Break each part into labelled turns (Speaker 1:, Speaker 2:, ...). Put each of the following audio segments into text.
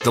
Speaker 1: The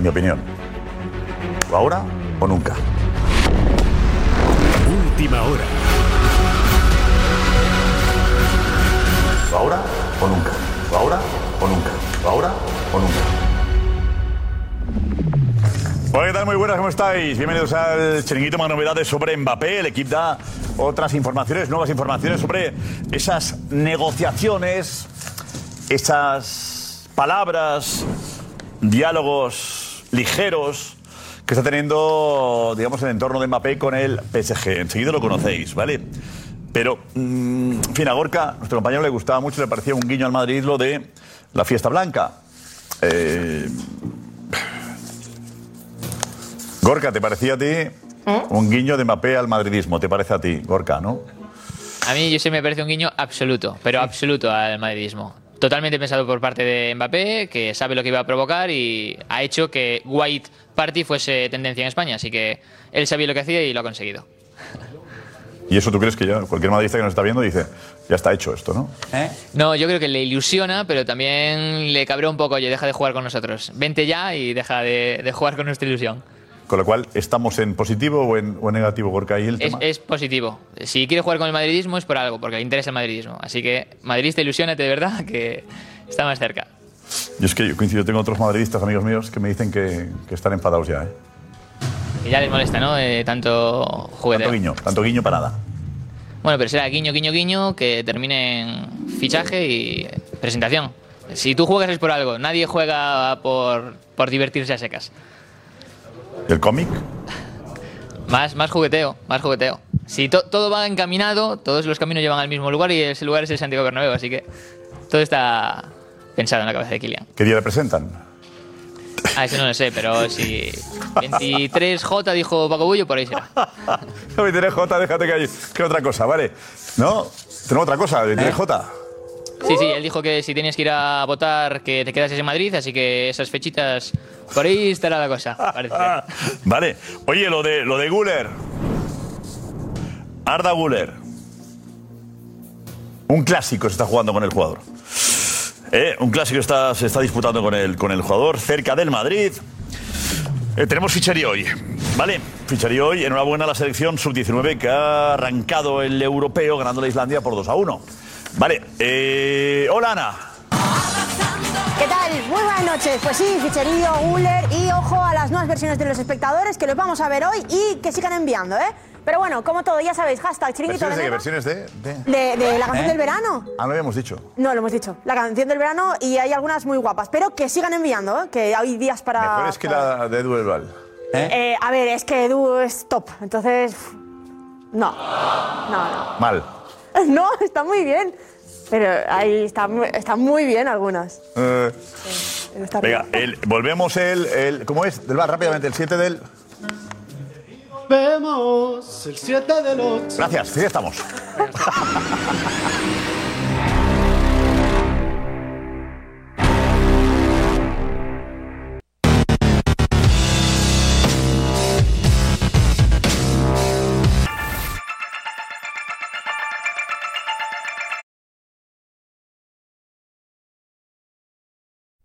Speaker 2: mi opinión. O ahora o nunca.
Speaker 3: Última hora.
Speaker 2: O ahora o nunca. O ahora o nunca. O ahora o nunca. Hola, ¿qué tal? Muy buenas, ¿cómo estáis? Bienvenidos al Chiringuito más novedades sobre Mbappé. El equipo da otras informaciones, nuevas informaciones sobre esas negociaciones, esas palabras, diálogos ligeros que está teniendo, digamos, el entorno de Mbappé con el PSG. Enseguida lo conocéis, ¿vale? Pero, mm, en fin, a Gorka, nuestro compañero le gustaba mucho, le parecía un guiño al Madrid lo de la fiesta blanca. Eh, Gorka, ¿te parecía a ti
Speaker 4: ¿Eh?
Speaker 2: un guiño de Mbappé al madridismo? ¿Te parece a ti, Gorka, no?
Speaker 4: A mí yo sé me parece un guiño absoluto, pero absoluto al madridismo. Totalmente pensado por parte de Mbappé, que sabe lo que iba a provocar y ha hecho que White Party fuese tendencia en España, así que él sabía lo que hacía y lo ha conseguido.
Speaker 2: Y eso tú crees que ya cualquier madridista que nos está viendo dice, ya está hecho esto, ¿no?
Speaker 4: No, yo creo que le ilusiona, pero también le cabró un poco, oye, deja de jugar con nosotros. Vente ya y deja de, de jugar con nuestra ilusión.
Speaker 2: Con lo cual, ¿estamos en positivo o en, o en negativo, Gorka? Ahí el
Speaker 4: Es,
Speaker 2: tema.
Speaker 4: es positivo. Si quiere jugar con el madridismo es por algo, porque le interesa el madridismo. Así que, madridista, ilusiónate de verdad, que está más cerca.
Speaker 2: Yo es que yo coincido, tengo otros madridistas, amigos míos, que me dicen que, que están enfadados ya, ¿eh?
Speaker 4: Y ya les molesta, ¿no? Eh, tanto juguete.
Speaker 2: Tanto guiño, tanto guiño para nada.
Speaker 4: Bueno, pero será guiño, guiño, guiño, que termine en fichaje y presentación. Si tú juegas es por algo, nadie juega por, por divertirse a secas.
Speaker 2: ¿El cómic?
Speaker 4: Más, más jugueteo, más jugueteo. Si to- todo va encaminado, todos los caminos llevan al mismo lugar y ese lugar es el Santiago Bernabéu, así que todo está pensado en la cabeza de Kylian.
Speaker 2: ¿Qué día le presentan?
Speaker 4: Ah, eso no lo sé, pero si 23J dijo Paco Bullo, por ahí será.
Speaker 2: 23J, déjate que hay. ¿Qué otra cosa, vale? ¿No? Tenemos otra cosa, 23J.
Speaker 4: Sí, sí, él dijo que si tenías que ir a votar, que te quedas en Madrid, así que esas fechitas, por ahí estará la cosa, parece.
Speaker 2: Ah, vale. Oye, lo de, lo de Guller. Arda Guller. Un clásico se está jugando con el jugador. Eh, un clásico está, se está disputando con el, con el jugador cerca del Madrid. Eh, tenemos ficharío hoy. Vale, ficharío hoy. Enhorabuena a la selección sub-19 que ha arrancado el europeo ganando la Islandia por 2 a 1. Vale, eh, hola Ana.
Speaker 5: ¿Qué tal? Muy buenas noches. Pues sí, ficherío, Guller y ojo a las nuevas versiones de los espectadores que los vamos a ver hoy y que sigan enviando, ¿eh? Pero bueno, como todo, ya sabéis, hashtag chiringuito
Speaker 2: ¿Versiones de qué?
Speaker 5: verano,
Speaker 2: ¿Versiones de? de?
Speaker 5: de, de la canción
Speaker 2: ¿Eh?
Speaker 5: del verano.
Speaker 2: Ah, lo habíamos dicho.
Speaker 5: No, lo hemos dicho, la canción del verano y hay algunas muy guapas, pero que sigan enviando, ¿eh? que hay días para...
Speaker 2: Mejor es que la de Edu Elbal.
Speaker 5: Eh, a ver, es que Edu es top, entonces... pff, No, no,
Speaker 2: Mal.
Speaker 5: no. No, está muy bien, pero ahí está, mu- están muy bien algunas.
Speaker 2: Eh,
Speaker 5: Está
Speaker 2: venga, el- volvemos el, el- ¿Cómo es? Del bar, rápidamente, el 7 del.
Speaker 6: Vemos el 7 del 8.
Speaker 2: Gracias, sí, estamos.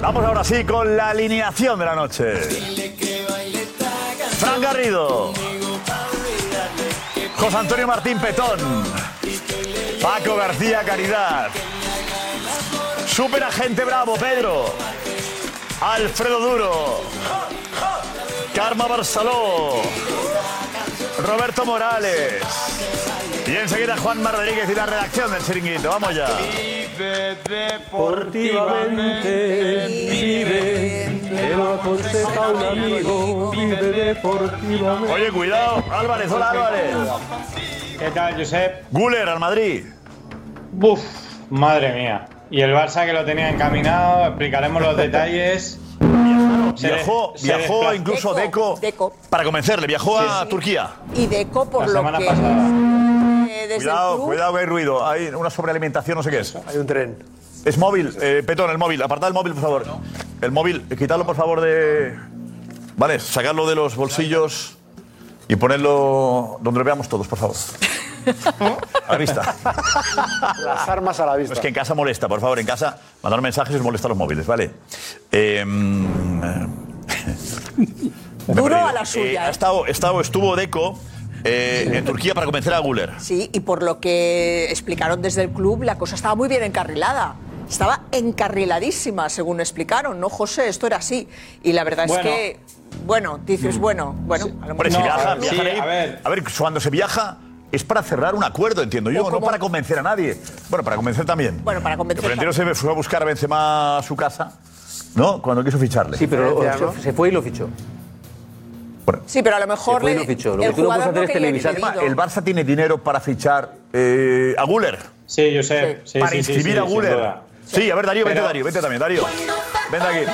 Speaker 2: Vamos ahora sí con la alineación de la noche. Fran Garrido. José Antonio Martín Petón. Paco García Caridad. Superagente Bravo Pedro. Alfredo Duro. Karma Barceló. Roberto Morales. Y enseguida Juan Rodríguez y la redacción del Chiringuito. Vamos ya.
Speaker 6: Deportivamente vive, te lo aconseja un amigo, vive deportivamente.
Speaker 2: Oye, cuidado. Álvarez, hola Álvarez.
Speaker 3: ¿Qué tal, Josep?
Speaker 2: Guller al Madrid.
Speaker 3: Buf, madre mía. Y el Barça que lo tenía encaminado, explicaremos los detalles. Se
Speaker 2: Viajó,
Speaker 3: des- se
Speaker 2: viajó
Speaker 3: desplazó.
Speaker 2: incluso
Speaker 7: Deco,
Speaker 2: Deco,
Speaker 7: Deco.
Speaker 2: para convencerle. Viajó a
Speaker 3: sí.
Speaker 2: Turquía.
Speaker 7: Y Deco, por
Speaker 3: La
Speaker 7: lo
Speaker 3: semana
Speaker 7: que
Speaker 3: pasada.
Speaker 7: eh, desde el
Speaker 2: Cuidado,
Speaker 7: club,
Speaker 2: cuidado que hay ruido. Hay una sobrealimentación, no sé qué es.
Speaker 6: Hay un tren.
Speaker 2: Es móvil. Eh, Petón, el móvil. Apartad el móvil, por favor. El móvil, eh, quitadlo, por favor, de... Vale, sacadlo de los bolsillos y ponerlo donde lo veamos todos, por favor. A la vista.
Speaker 6: Las armas a la vista.
Speaker 2: Es que en casa molesta, por favor, en casa mandar mensajes y molesta los móviles, ¿vale? Eh, mm, eh, me he
Speaker 7: Duro
Speaker 2: perdido.
Speaker 7: a la suya,
Speaker 2: Eh, ha
Speaker 7: ¿eh?
Speaker 2: estado, ha estado- estuvo Deco eh, en Turquía para convencer a Guller.
Speaker 7: Sí, y por lo que explicaron desde el club, la cosa estaba muy bien encarrilada. Estaba encarriladísima, según explicaron, ¿no, José? Esto era así. Y la verdad
Speaker 3: Bueno.
Speaker 7: es que, bueno, dices, bueno, bueno, a lo
Speaker 2: Mm. Hombre, si
Speaker 3: No,
Speaker 2: viaja,
Speaker 3: sí,
Speaker 2: viaja ahí-
Speaker 3: a ver.
Speaker 2: a ver, cuando se viaja es para cerrar un acuerdo, entiendo yo,
Speaker 7: O
Speaker 2: no
Speaker 7: como-
Speaker 2: para convencer a nadie. Bueno, para convencer también.
Speaker 7: Bueno, para convencer
Speaker 2: Pero Florentino se fue a buscar a Benzema a su casa, ¿no? Cuando quiso ficharle.
Speaker 8: Sí, pero lo-
Speaker 6: Diferencia, ¿no?
Speaker 8: se, se fue y lo fichó.
Speaker 7: Sí, pero a lo
Speaker 8: Se
Speaker 7: mejor
Speaker 8: fue y
Speaker 7: le-
Speaker 8: lo fichó. Lo
Speaker 7: el
Speaker 8: que tú no puedes
Speaker 7: jugador
Speaker 8: hacer es
Speaker 7: quería ni
Speaker 8: televisar.
Speaker 2: Además,
Speaker 7: pedido.
Speaker 2: el Barça tiene dinero para fichar eh, a Guller,
Speaker 3: Sí, Josep. Sí,
Speaker 2: para
Speaker 3: sí, sí,
Speaker 2: inscribir
Speaker 3: sí,
Speaker 2: a
Speaker 3: sin
Speaker 2: Guller.
Speaker 3: duda.
Speaker 2: Sí, a ver, Darío, vente,
Speaker 3: Pero-
Speaker 2: Darío, vente también, Darío. Vente aquí.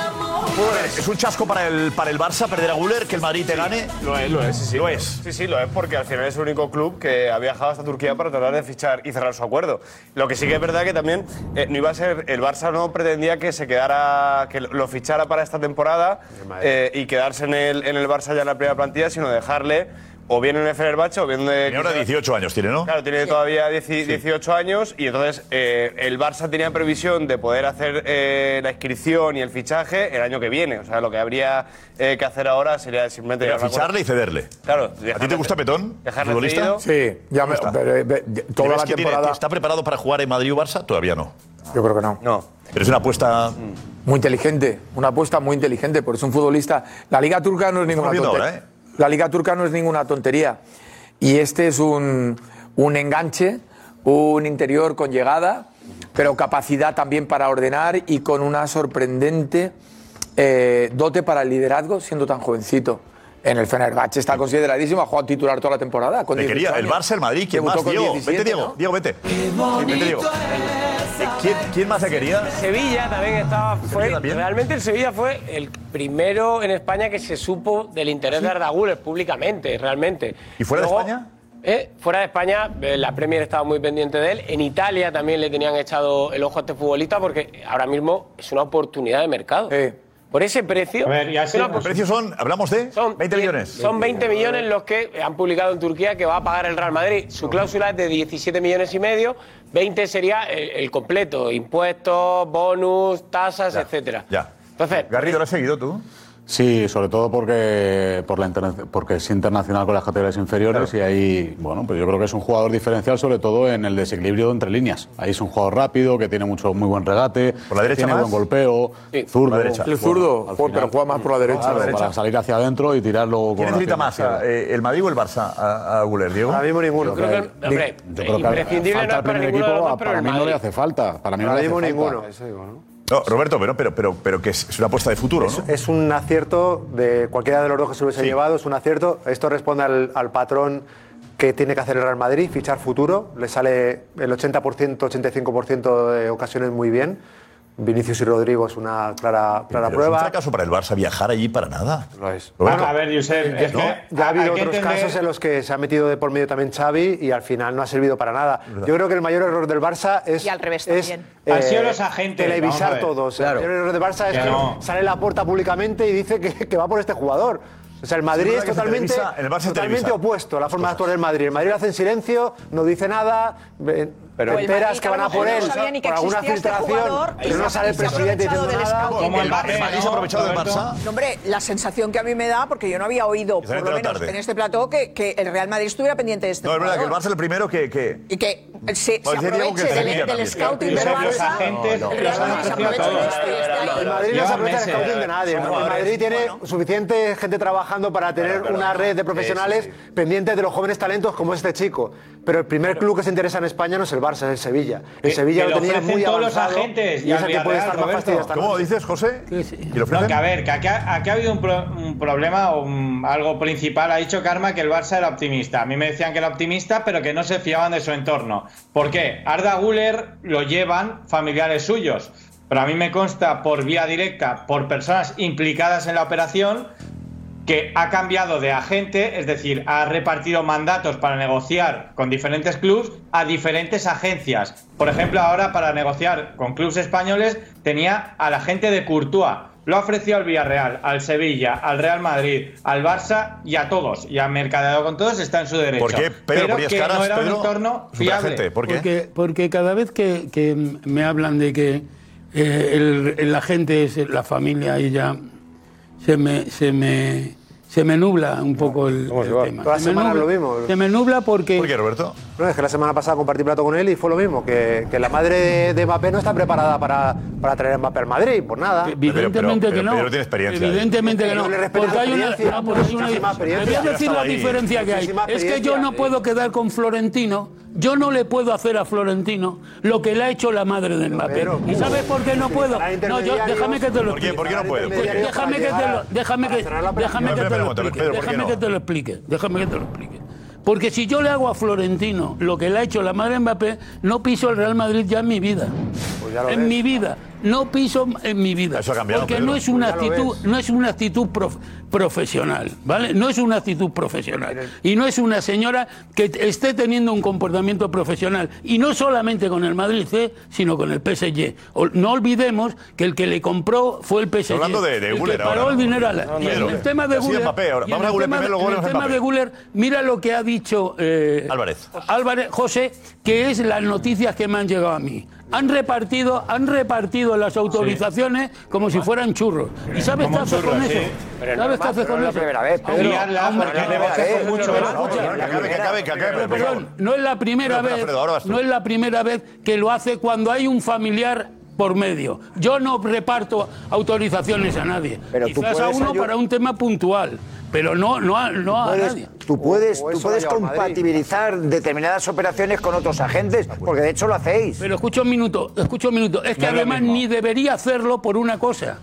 Speaker 2: Pues, Es un chasco para el, para el Barça perder a Guller, que el Madrid te gane.
Speaker 9: Lo es, lo es, sí, sí.
Speaker 2: Lo es.
Speaker 9: Sí, sí, lo es porque al final es el único club que ha viajado hasta Turquía para tratar de fichar y cerrar su acuerdo. Lo que sí que es verdad que también eh, no iba a ser. El Barça no pretendía que se quedara. que lo fichara para esta temporada eh, y quedarse en el, en el Barça ya en la primera plantilla, sino dejarle o bien en el Fenerbahce o bien de.
Speaker 2: Y ahora 18 años tiene, ¿no?
Speaker 9: Claro, tiene todavía 10 18 años y entonces eh, el Barça tenía previsión de poder hacer eh, la inscripción y el fichaje el año que viene. O sea, lo que habría eh, que hacer ahora sería simplemente
Speaker 2: Pero
Speaker 9: llegar a un acuerdo.
Speaker 2: ficharle y cederle.
Speaker 9: Claro.
Speaker 2: ¿A ti te gusta Petón?
Speaker 9: Dejarle
Speaker 2: ¿Futbolista?
Speaker 9: cedido.
Speaker 10: Sí, ya me, pero, eh, ya-
Speaker 2: ¿Te
Speaker 10: toda
Speaker 2: ves
Speaker 10: la
Speaker 2: que tiene-
Speaker 10: temporada.
Speaker 2: ¿Está preparado para jugar en Madrid o Barça? Todavía no.
Speaker 10: Yo creo que no. Mm.
Speaker 9: No.
Speaker 2: Pero es una apuesta.
Speaker 10: Muy inteligente, una apuesta muy inteligente, porque es un futbolista. La Liga Turca no es ninguna
Speaker 2: viendo
Speaker 10: tontería.
Speaker 2: ahora, ¿eh?
Speaker 10: La Liga Turca no es ninguna tontería. Y este es un, un enganche, un interior con llegada, pero capacidad también para ordenar y con una sorprendente eh, dote para el liderazgo siendo tan jovencito. En el Fenerbahce está consideradísimo, ha jugado titular toda la temporada. Con
Speaker 2: Le
Speaker 10: 18
Speaker 2: quería el
Speaker 10: años.
Speaker 2: Barça, el Madrid, ¿quién
Speaker 10: Debutó
Speaker 2: más?
Speaker 10: con
Speaker 2: Diego,
Speaker 10: 17,
Speaker 2: vete, Diego,
Speaker 10: ¿no?
Speaker 2: Diego, vete. Sí, vete, Diego. ¿Quién, quién más le quería?
Speaker 11: Sevilla también estaba. Fue,
Speaker 2: también.
Speaker 11: realmente el Sevilla fue el primero en España que se supo del interés de Arda Güler públicamente, realmente.
Speaker 2: ¿Y fuera de España?
Speaker 11: eh, fuera de España, eh, la Premier estaba muy pendiente de él. En Italia también le tenían echado el ojo a este futbolista porque ahora mismo es una oportunidad de mercado.
Speaker 10: Sí.
Speaker 11: Por ese precio.
Speaker 3: A ver, y
Speaker 11: es
Speaker 3: así-
Speaker 11: una
Speaker 2: Los precios son, hablamos de
Speaker 11: pues son
Speaker 2: 20 millones.
Speaker 11: Son 20 millones los que han publicado en Turquía que va a pagar el Real Madrid. Su cláusula es de 17 millones y medio, 20 sería el, el completo, impuestos, bonus, tasas, etcétera.
Speaker 2: Ya.
Speaker 11: Entonces,
Speaker 2: Garrido, ¿lo has seguido tú?
Speaker 8: Sí, sobre todo porque, por la interna- porque es internacional con las categorías inferiores y ahí, bueno, pues yo creo que es un jugador diferencial, sobre todo en el desequilibrio entre líneas. Ahí es un jugador rápido, que tiene mucho, muy buen regate,
Speaker 2: ¿Por la derecha
Speaker 8: tiene
Speaker 2: más?
Speaker 8: buen golpeo,
Speaker 11: Sí.
Speaker 8: zurdo.
Speaker 2: Por la derecha.
Speaker 10: El
Speaker 8: Bueno,
Speaker 10: zurdo,
Speaker 8: al
Speaker 10: juega- pero
Speaker 8: final-
Speaker 10: juega más por la derecha.
Speaker 8: Claro,
Speaker 2: Ah, la derecha.
Speaker 8: para salir hacia adentro y tirarlo con
Speaker 2: ¿Quién
Speaker 8: la
Speaker 2: necesita
Speaker 8: pierna
Speaker 2: más?
Speaker 8: izquierda.
Speaker 2: eh, ¿El Madrid o el Barça a, a Guller, Diego?
Speaker 6: Ahora mismo ninguno.
Speaker 11: yo creo que, hombre,
Speaker 8: Yo creo que
Speaker 11: imprescindible
Speaker 8: falta
Speaker 11: no
Speaker 8: al
Speaker 11: es para
Speaker 8: primer
Speaker 11: ninguno de los
Speaker 8: equipo,
Speaker 11: dos, pero
Speaker 8: para
Speaker 11: el
Speaker 8: mí no le
Speaker 11: Madrid.
Speaker 8: hace falta. Para mí no
Speaker 6: Ahora
Speaker 8: le hace
Speaker 6: mismo
Speaker 8: falta.
Speaker 6: ninguno. Eso digo, ¿no?
Speaker 2: No, Roberto, pero, pero, pero, pero que es, es una apuesta de futuro,
Speaker 6: Es,
Speaker 2: ¿no?
Speaker 6: es un acierto de cualquiera de los dos que se hubiese llevado, es un acierto. Esto responde al, al patrón
Speaker 12: que tiene que hacer el Real Madrid, fichar futuro, le sale el 80%, 85% de ocasiones muy bien. Vinicius y Rodrigo es una clara, clara
Speaker 2: Pero es un
Speaker 12: prueba.
Speaker 2: fracaso para el Barça viajar allí para nada.
Speaker 12: Lo es.
Speaker 3: a ver, Josep,
Speaker 2: ¿Este?
Speaker 3: es que
Speaker 12: Ya ha habido
Speaker 3: hay que
Speaker 12: otros
Speaker 3: entender-
Speaker 12: casos en los que se ha metido de por medio también Xavi y al final no ha servido para nada.
Speaker 3: Verdad.
Speaker 12: Yo creo que el mayor error del Barça es...
Speaker 7: Y al revés
Speaker 12: es, eh,
Speaker 7: también.
Speaker 3: Han sido los agentes, vamos a
Speaker 12: Televisar
Speaker 3: ver.
Speaker 12: todos.
Speaker 3: Claro.
Speaker 12: El mayor error del Barça es
Speaker 3: Que
Speaker 12: que
Speaker 3: no.
Speaker 12: sale en la puerta públicamente y dice que, que va por este jugador. O sea, el Madrid
Speaker 2: Sí, es
Speaker 12: es
Speaker 2: verdad que se
Speaker 12: totalmente,
Speaker 2: televisa, el Barça se
Speaker 12: totalmente
Speaker 2: televisa.
Speaker 12: opuesto a la forma de actuar del Madrid. El Madrid lo hace en silencio, no dice nada, ve-
Speaker 2: Pero-
Speaker 12: te
Speaker 2: O el Madrid,
Speaker 12: enteras
Speaker 2: que
Speaker 12: que
Speaker 2: a
Speaker 12: van
Speaker 2: lo
Speaker 12: a
Speaker 2: mejor
Speaker 12: por
Speaker 2: no
Speaker 12: él
Speaker 2: sabía ni que
Speaker 12: por alguna
Speaker 2: existía este
Speaker 12: filtración,
Speaker 2: jugador y
Speaker 12: pero no
Speaker 2: se-
Speaker 12: sale
Speaker 2: y
Speaker 12: el
Speaker 2: se ha
Speaker 12: presidente
Speaker 2: aprovechado
Speaker 12: diciendo
Speaker 2: del
Speaker 12: nada.
Speaker 2: scouting. Como el Mbappé, Madrid se ha ¿no, aprovechado del Roberto? Barça.
Speaker 7: No, hombre, la sensación que a mí me da, porque yo no había oído,
Speaker 2: Que
Speaker 7: por
Speaker 2: se ha
Speaker 7: lo
Speaker 2: enterado
Speaker 7: menos
Speaker 2: tarde.
Speaker 7: en este plató, que, que el Real Madrid estuviera pendiente de este
Speaker 2: No, es verdad que el
Speaker 7: jugador.
Speaker 2: Barça es el primero que. que
Speaker 7: Y que se, se
Speaker 2: Pues decía Diego que
Speaker 7: aproveche
Speaker 2: se
Speaker 7: del,
Speaker 2: mira
Speaker 7: del
Speaker 2: también.
Speaker 7: scouting
Speaker 2: Los
Speaker 7: del
Speaker 2: agentes-
Speaker 7: Barça.
Speaker 2: No, no.
Speaker 7: el Real Madrid se aprovecha de esto.
Speaker 12: El Madrid no se aprovecha del
Speaker 2: meses.
Speaker 12: scouting de nadie.
Speaker 2: Son
Speaker 12: El
Speaker 2: jugadores,
Speaker 12: Madrid tiene suficiente gente trabajando para tener
Speaker 2: claro.
Speaker 12: una red de
Speaker 2: Sí,
Speaker 12: profesionales
Speaker 2: sí,
Speaker 12: pendientes de los jóvenes talentos como este chico. Pero el primer club que se interesa en España no es el Barça, es el Sevilla. El Sevilla
Speaker 3: que
Speaker 12: lo
Speaker 3: lo
Speaker 12: tenía
Speaker 3: ofrecen
Speaker 12: muy
Speaker 3: todos los
Speaker 12: avanzado
Speaker 3: agentes y
Speaker 12: y es
Speaker 3: al
Speaker 12: el que puede
Speaker 3: Villarreal,
Speaker 12: estar más
Speaker 3: Roberto.
Speaker 12: fastidio esta
Speaker 3: ¿Cómo
Speaker 12: noche.
Speaker 2: dices, José?
Speaker 3: No, que a ver, que aquí, ha- aquí ha habido un, pro- un problema o un- algo principal. Ha dicho Karma que el Barça era optimista. A mí me decían que era optimista, pero que no se fiaban de su entorno. ¿Por qué? Arda Güler lo llevan familiares suyos. Pero a mí me consta por vía directa, por personas implicadas en la operación, que ha cambiado de agente, es decir, ha repartido mandatos para negociar con diferentes clubes a diferentes agencias. Por ejemplo, ahora para negociar con clubes españoles tenía al agente de Courtois. Lo ha ofrecido al Villarreal, al Sevilla, al Real Madrid, al Barça y a todos. Y ha mercadeado con todos, está en su derecho.
Speaker 2: ¿Por qué Pedro
Speaker 3: Pero
Speaker 2: Porías
Speaker 3: que
Speaker 2: Caras,
Speaker 3: no era
Speaker 2: Pedro,
Speaker 3: un entorno
Speaker 2: superagente?
Speaker 3: fiable.
Speaker 2: ¿Por qué?
Speaker 13: Porque, porque cada vez que, que me hablan de que eh, el, el- la gente es la familia y ya se me, se me, se me nubla un poco el, el tema.
Speaker 12: Todas
Speaker 13: Se me
Speaker 12: las semanas
Speaker 13: nubla-
Speaker 12: lo mismo.
Speaker 13: se me nubla porque...
Speaker 2: ¿Por qué, Roberto?
Speaker 12: No, es que la semana pasada compartí plato con él y fue lo mismo, que, que la madre de- de Mbappé no está preparada para, para traer a Mbappé al Madrid, por nada.
Speaker 13: Evidentemente que no. Evidentemente que no.
Speaker 12: Le respetas
Speaker 13: Porque hay una,
Speaker 12: experiencia,
Speaker 13: ah, porque hay una-
Speaker 12: muchísima
Speaker 13: Te
Speaker 12: experiencia.
Speaker 13: voy a decir la
Speaker 12: Ahí.
Speaker 13: diferencia que hay.
Speaker 12: Muchísima
Speaker 13: Es que yo
Speaker 12: experiencia.
Speaker 13: no puedo quedar con Florentino. Yo no le puedo hacer a Florentino lo que le ha hecho la madre del Mbappé.
Speaker 12: uh,
Speaker 13: ¿Y sabes por qué no puedo? No, yo, déjame que te lo
Speaker 2: ¿Por qué,
Speaker 13: explique.
Speaker 2: ¿Por qué no puedo? ¿Por qué?
Speaker 13: Déjame que te lo, déjame que, déjame que te
Speaker 2: Espera
Speaker 13: lo
Speaker 2: un momento,
Speaker 13: explique.
Speaker 2: Pedro, ¿por qué
Speaker 13: Déjame
Speaker 2: no?
Speaker 13: que te lo explique. Déjame que te lo explique. Porque si yo le hago a Florentino lo que le ha hecho la madre de Mbappé, no piso el Real Madrid ya en mi vida.
Speaker 2: Pues
Speaker 12: lo
Speaker 13: en
Speaker 12: ves.
Speaker 13: mi vida. No piso en mi vida.
Speaker 2: Eso ha cambiado,
Speaker 13: Porque
Speaker 2: Pedro.
Speaker 13: no es una
Speaker 2: Pues ya lo
Speaker 13: actitud, no es una actitud prof- profesional, ¿vale? No es una actitud profesional. Y no es una señora que t- esté teniendo un comportamiento profesional. Y no solamente con el Madrid C, sino con el PSG. Ol- No olvidemos que el que le compró fue el PSG.
Speaker 2: Hablando de- de
Speaker 13: el que
Speaker 2: Güler
Speaker 13: paró
Speaker 2: ahora.
Speaker 13: el dinero a la-
Speaker 2: No, no,
Speaker 13: y en
Speaker 2: Pedro,
Speaker 13: el tema de
Speaker 2: ha sido
Speaker 13: Güler.
Speaker 2: Mbappé ahora.
Speaker 13: y en
Speaker 2: Vamos a
Speaker 13: el
Speaker 2: Güler
Speaker 13: tema de-
Speaker 2: primero, luego
Speaker 13: en el
Speaker 2: Mbappé.
Speaker 13: tema de Güler, mira lo que ha dicho eh,
Speaker 2: Álvarez.
Speaker 13: Álvarez José, que es las noticias que me han llegado a mí. Han repartido, han repartido las autorizaciones como si fueran churros. ¿Y sabes qué
Speaker 11: Como
Speaker 13: haces
Speaker 11: churros,
Speaker 13: con
Speaker 11: sí.
Speaker 13: eso?
Speaker 11: Pero es
Speaker 13: ¿Sabes qué
Speaker 11: normal,
Speaker 13: haces
Speaker 11: pero
Speaker 13: con eso?
Speaker 11: no es la primera vez, Pedro. Humillarla, hombre, que le va a hacer mucho,
Speaker 13: Pero
Speaker 11: ¿no?
Speaker 13: escucha,
Speaker 11: Que acabe, que acabe, que acabe,
Speaker 13: pero
Speaker 11: Pedro.
Speaker 13: perdón, no es la primera
Speaker 11: Pero, pero,
Speaker 13: vez,
Speaker 11: Alfredo, ahora vas tú.
Speaker 13: no es la primera vez que lo hace cuando hay un familiar por medio. Yo no reparto autorizaciones a nadie.
Speaker 14: Pero tú
Speaker 13: Quizás a
Speaker 14: puedes
Speaker 13: uno
Speaker 14: ayud-
Speaker 13: para un tema puntual, pero no, no a, no a
Speaker 14: puedes-
Speaker 13: nadie.
Speaker 14: Tú puedes,
Speaker 13: O
Speaker 14: tú
Speaker 13: eso
Speaker 14: puedes
Speaker 13: lo lleva Madrid.
Speaker 14: compatibilizar determinadas operaciones con otros agentes,
Speaker 2: Ah, pues
Speaker 14: porque de hecho lo hacéis.
Speaker 13: Pero escucha un minuto, escucha un minuto. Es que
Speaker 14: No es lo
Speaker 13: además
Speaker 14: mismo.
Speaker 13: ni debería hacerlo por una cosa.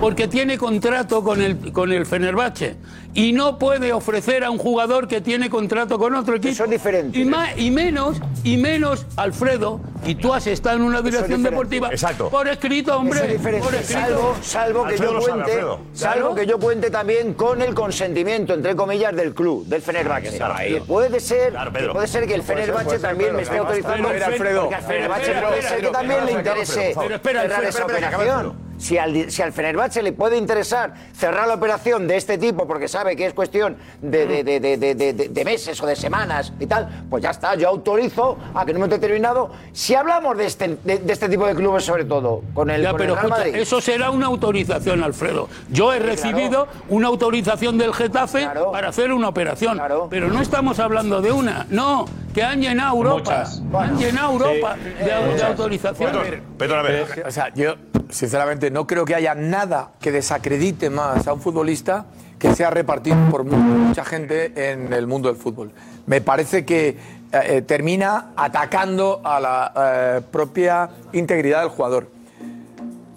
Speaker 13: Porque tiene contrato con el, con el Fenerbahce y no puede ofrecer a un jugador que tiene contrato con otro equipo. Son diferentes. Y, más, y menos, y menos, Alfredo, y tú has estado en una dirección
Speaker 14: diferente.
Speaker 13: deportiva.
Speaker 14: Exacto.
Speaker 13: Por escrito, hombre.
Speaker 14: Eso es diferente.
Speaker 13: Por escrito.
Speaker 14: Salvo, salvo que yo cuente, salvo que yo cuente también con el consentimiento, entre comillas, del club, del Fenerbahce.
Speaker 2: Claro,
Speaker 14: Que puede ser,
Speaker 2: Pedro.
Speaker 14: que puede ser que el
Speaker 2: Puede ser,
Speaker 14: Fenerbahce
Speaker 2: puede ser,
Speaker 14: también
Speaker 2: Pedro.
Speaker 14: me esté
Speaker 2: Pero
Speaker 14: autorizando.
Speaker 2: espera, Alfredo.
Speaker 14: Porque al Fenerbahce
Speaker 2: Espera,
Speaker 14: puede
Speaker 2: espera,
Speaker 14: ser que
Speaker 2: Alfredo,
Speaker 14: también le
Speaker 2: espera,
Speaker 14: interese
Speaker 2: Alfredo, por favor. Espera,
Speaker 14: cerrar
Speaker 2: espera,
Speaker 14: esa
Speaker 2: espera, espera,
Speaker 14: operación.
Speaker 2: acaba,
Speaker 14: Si al, si al Fenerbahce le puede interesar cerrar la operación de este tipo porque sabe que es cuestión de, de- de- de- de- de- de- de meses o de semanas y tal, pues ya está, yo autorizo a que en un momento determinado, si hablamos de este, de, de este tipo de clubes sobre todo, con el,
Speaker 13: Ya,
Speaker 14: con el
Speaker 13: pero
Speaker 14: Real
Speaker 13: escucha,
Speaker 14: Madrid.
Speaker 13: eso será una autorización, Alfredo. Yo he recibido una autorización del Getafe para hacer una operación. Pero no estamos hablando de una, no, que han llenado Europa.
Speaker 10: Muchas.
Speaker 13: Han llenado Europa
Speaker 10: Sí.
Speaker 13: de- de,
Speaker 10: Eh, Muchas.
Speaker 13: autorizaciones.
Speaker 2: Pedro, a ver.
Speaker 10: O sea, yo, sinceramente, no creo que haya nada que desacredite más a un futbolista que sea repartido por mu- mucha gente en el mundo del fútbol. Me parece que eh, eh, termina atacando a la eh, propia integridad del jugador.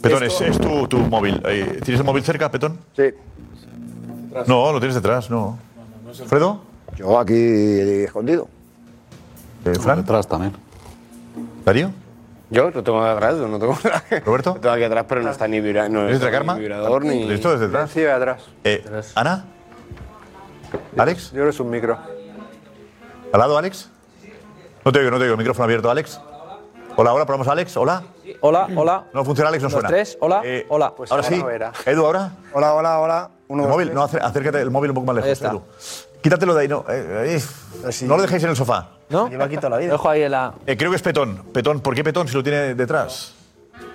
Speaker 2: Petón, es, es tu, tu móvil. Eh, ¿Tienes el móvil cerca, Petón?
Speaker 10: Sí.
Speaker 2: No, lo tienes detrás, no. ¿Fredo?
Speaker 14: Yo aquí eh, escondido.
Speaker 8: Detrás también.
Speaker 2: ¿Darío?
Speaker 9: Yo no tengo nada atrás, no tengo nada. ¿Roberto? Tengo aquí atrás, pero no está ni, vibra, no
Speaker 2: ¿Desde
Speaker 9: está ni
Speaker 2: Karma? Ah,
Speaker 9: vibrador ni.
Speaker 2: ¿Esto desde atrás?
Speaker 12: Sí, atrás.
Speaker 2: Eh, ¿Ana? ¿Alex? Yo
Speaker 12: creo que es un micro.
Speaker 2: ¿Al lado, Alex? No te oigo, no te oigo. Micrófono abierto, Alex. Hola, hola, probamos a Alex. Hola.
Speaker 15: Hola, hola.
Speaker 2: No funciona, Alex, no
Speaker 15: Los
Speaker 2: suena.
Speaker 15: tres, hola, hola.
Speaker 2: Pues ahora sí. Edu, ahora.
Speaker 15: Hola, hola, hola.
Speaker 2: el móvil, no, acé- acércate el móvil un poco más lejos. Edu. Quítatelo de ahí, no. eh, eh,
Speaker 12: Pues
Speaker 2: No lo dejéis en el sofá.
Speaker 15: ¿No?
Speaker 2: Lleva quitado
Speaker 15: la vida. Dejo ahí la.
Speaker 2: Eh, creo que es Petón. Petón, ¿por qué Petón si lo tiene detrás?
Speaker 12: Yo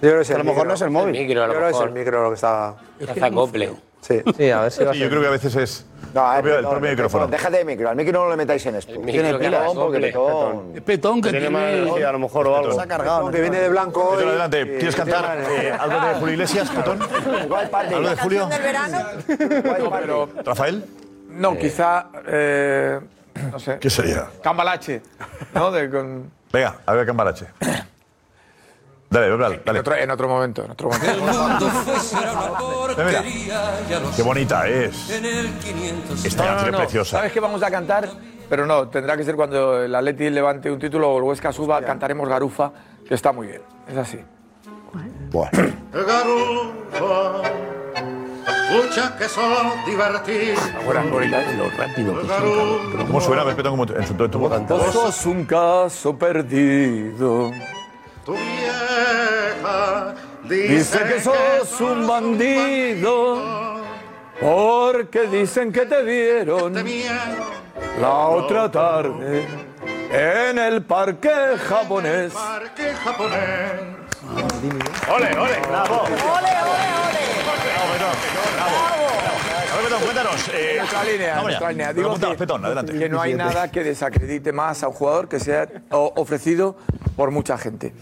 Speaker 12: creo que es
Speaker 2: A
Speaker 12: el
Speaker 2: lo mejor
Speaker 12: micro.
Speaker 2: no es el móvil.
Speaker 12: Yo creo que es el micro lo que está.
Speaker 11: Hace acople.
Speaker 12: Sí.
Speaker 13: eh,
Speaker 15: Sí, a ver
Speaker 2: Sí, yo creo que a veces es
Speaker 14: No,
Speaker 2: propio- el propio micrófono.
Speaker 14: Déjate de micro, al micro no lo metáis en esto.
Speaker 2: micro que
Speaker 14: pilón,
Speaker 2: hagas,
Speaker 14: porque
Speaker 2: hombre.
Speaker 14: petón.
Speaker 13: Petón que
Speaker 2: Tiene mala energía, a lo mejor, o algo. Se ha cargado,
Speaker 12: Petón, que viene de blanco.
Speaker 2: Petón,
Speaker 12: hoy.
Speaker 2: adelante.
Speaker 12: Sí,
Speaker 2: ¿Quieres
Speaker 12: tiene
Speaker 2: cantar
Speaker 12: mala energía.
Speaker 2: eh, algo de Julio Iglesias, Petón? ¿Algo de Julio? ¿Rafael?
Speaker 10: No, quizá. eh, no sé.
Speaker 2: ¿Qué sería?
Speaker 10: Cambalache. ¿No? De, con-
Speaker 2: Venga, a ver Cambalache. Dale, dale, dale.
Speaker 10: En, otro, en otro momento, en otro momento.
Speaker 2: Mira, Qué bonita es. Esta
Speaker 10: No, no,
Speaker 2: canción
Speaker 10: no.
Speaker 2: es preciosa.
Speaker 10: ¿Sabes que vamos a cantar? Pero no, tendrá que ser cuando el Atleti levante un título o el Huesca suba, cantaremos Garufa, que está muy bien. Es así.
Speaker 16: Garufa, escucha que son divertidos.
Speaker 10: Ahora, ahorita.
Speaker 13: Lo rápido que
Speaker 2: ¿Cómo suena? A ver, Petón, ¿cómo- en su, en tu voz.
Speaker 10: Vos sos un caso perdido.
Speaker 16: Tu vieja
Speaker 10: Dice que sos un bandido. Porque dicen que te vieron la otra tarde en el parque japonés.
Speaker 16: parque japonés.
Speaker 2: ¡Ole, ole! ¡Bravo! ¡Ole,
Speaker 16: ole,
Speaker 2: A ver, Petón, cuéntanos. eh,
Speaker 10: Nuestra línea,
Speaker 2: vamos allá.
Speaker 10: nuestra línea. Digo
Speaker 2: Pregunta, Petón, adelante.
Speaker 10: que no hay nada que desacredite más a un jugador que sea o- ofrecido por mucha gente.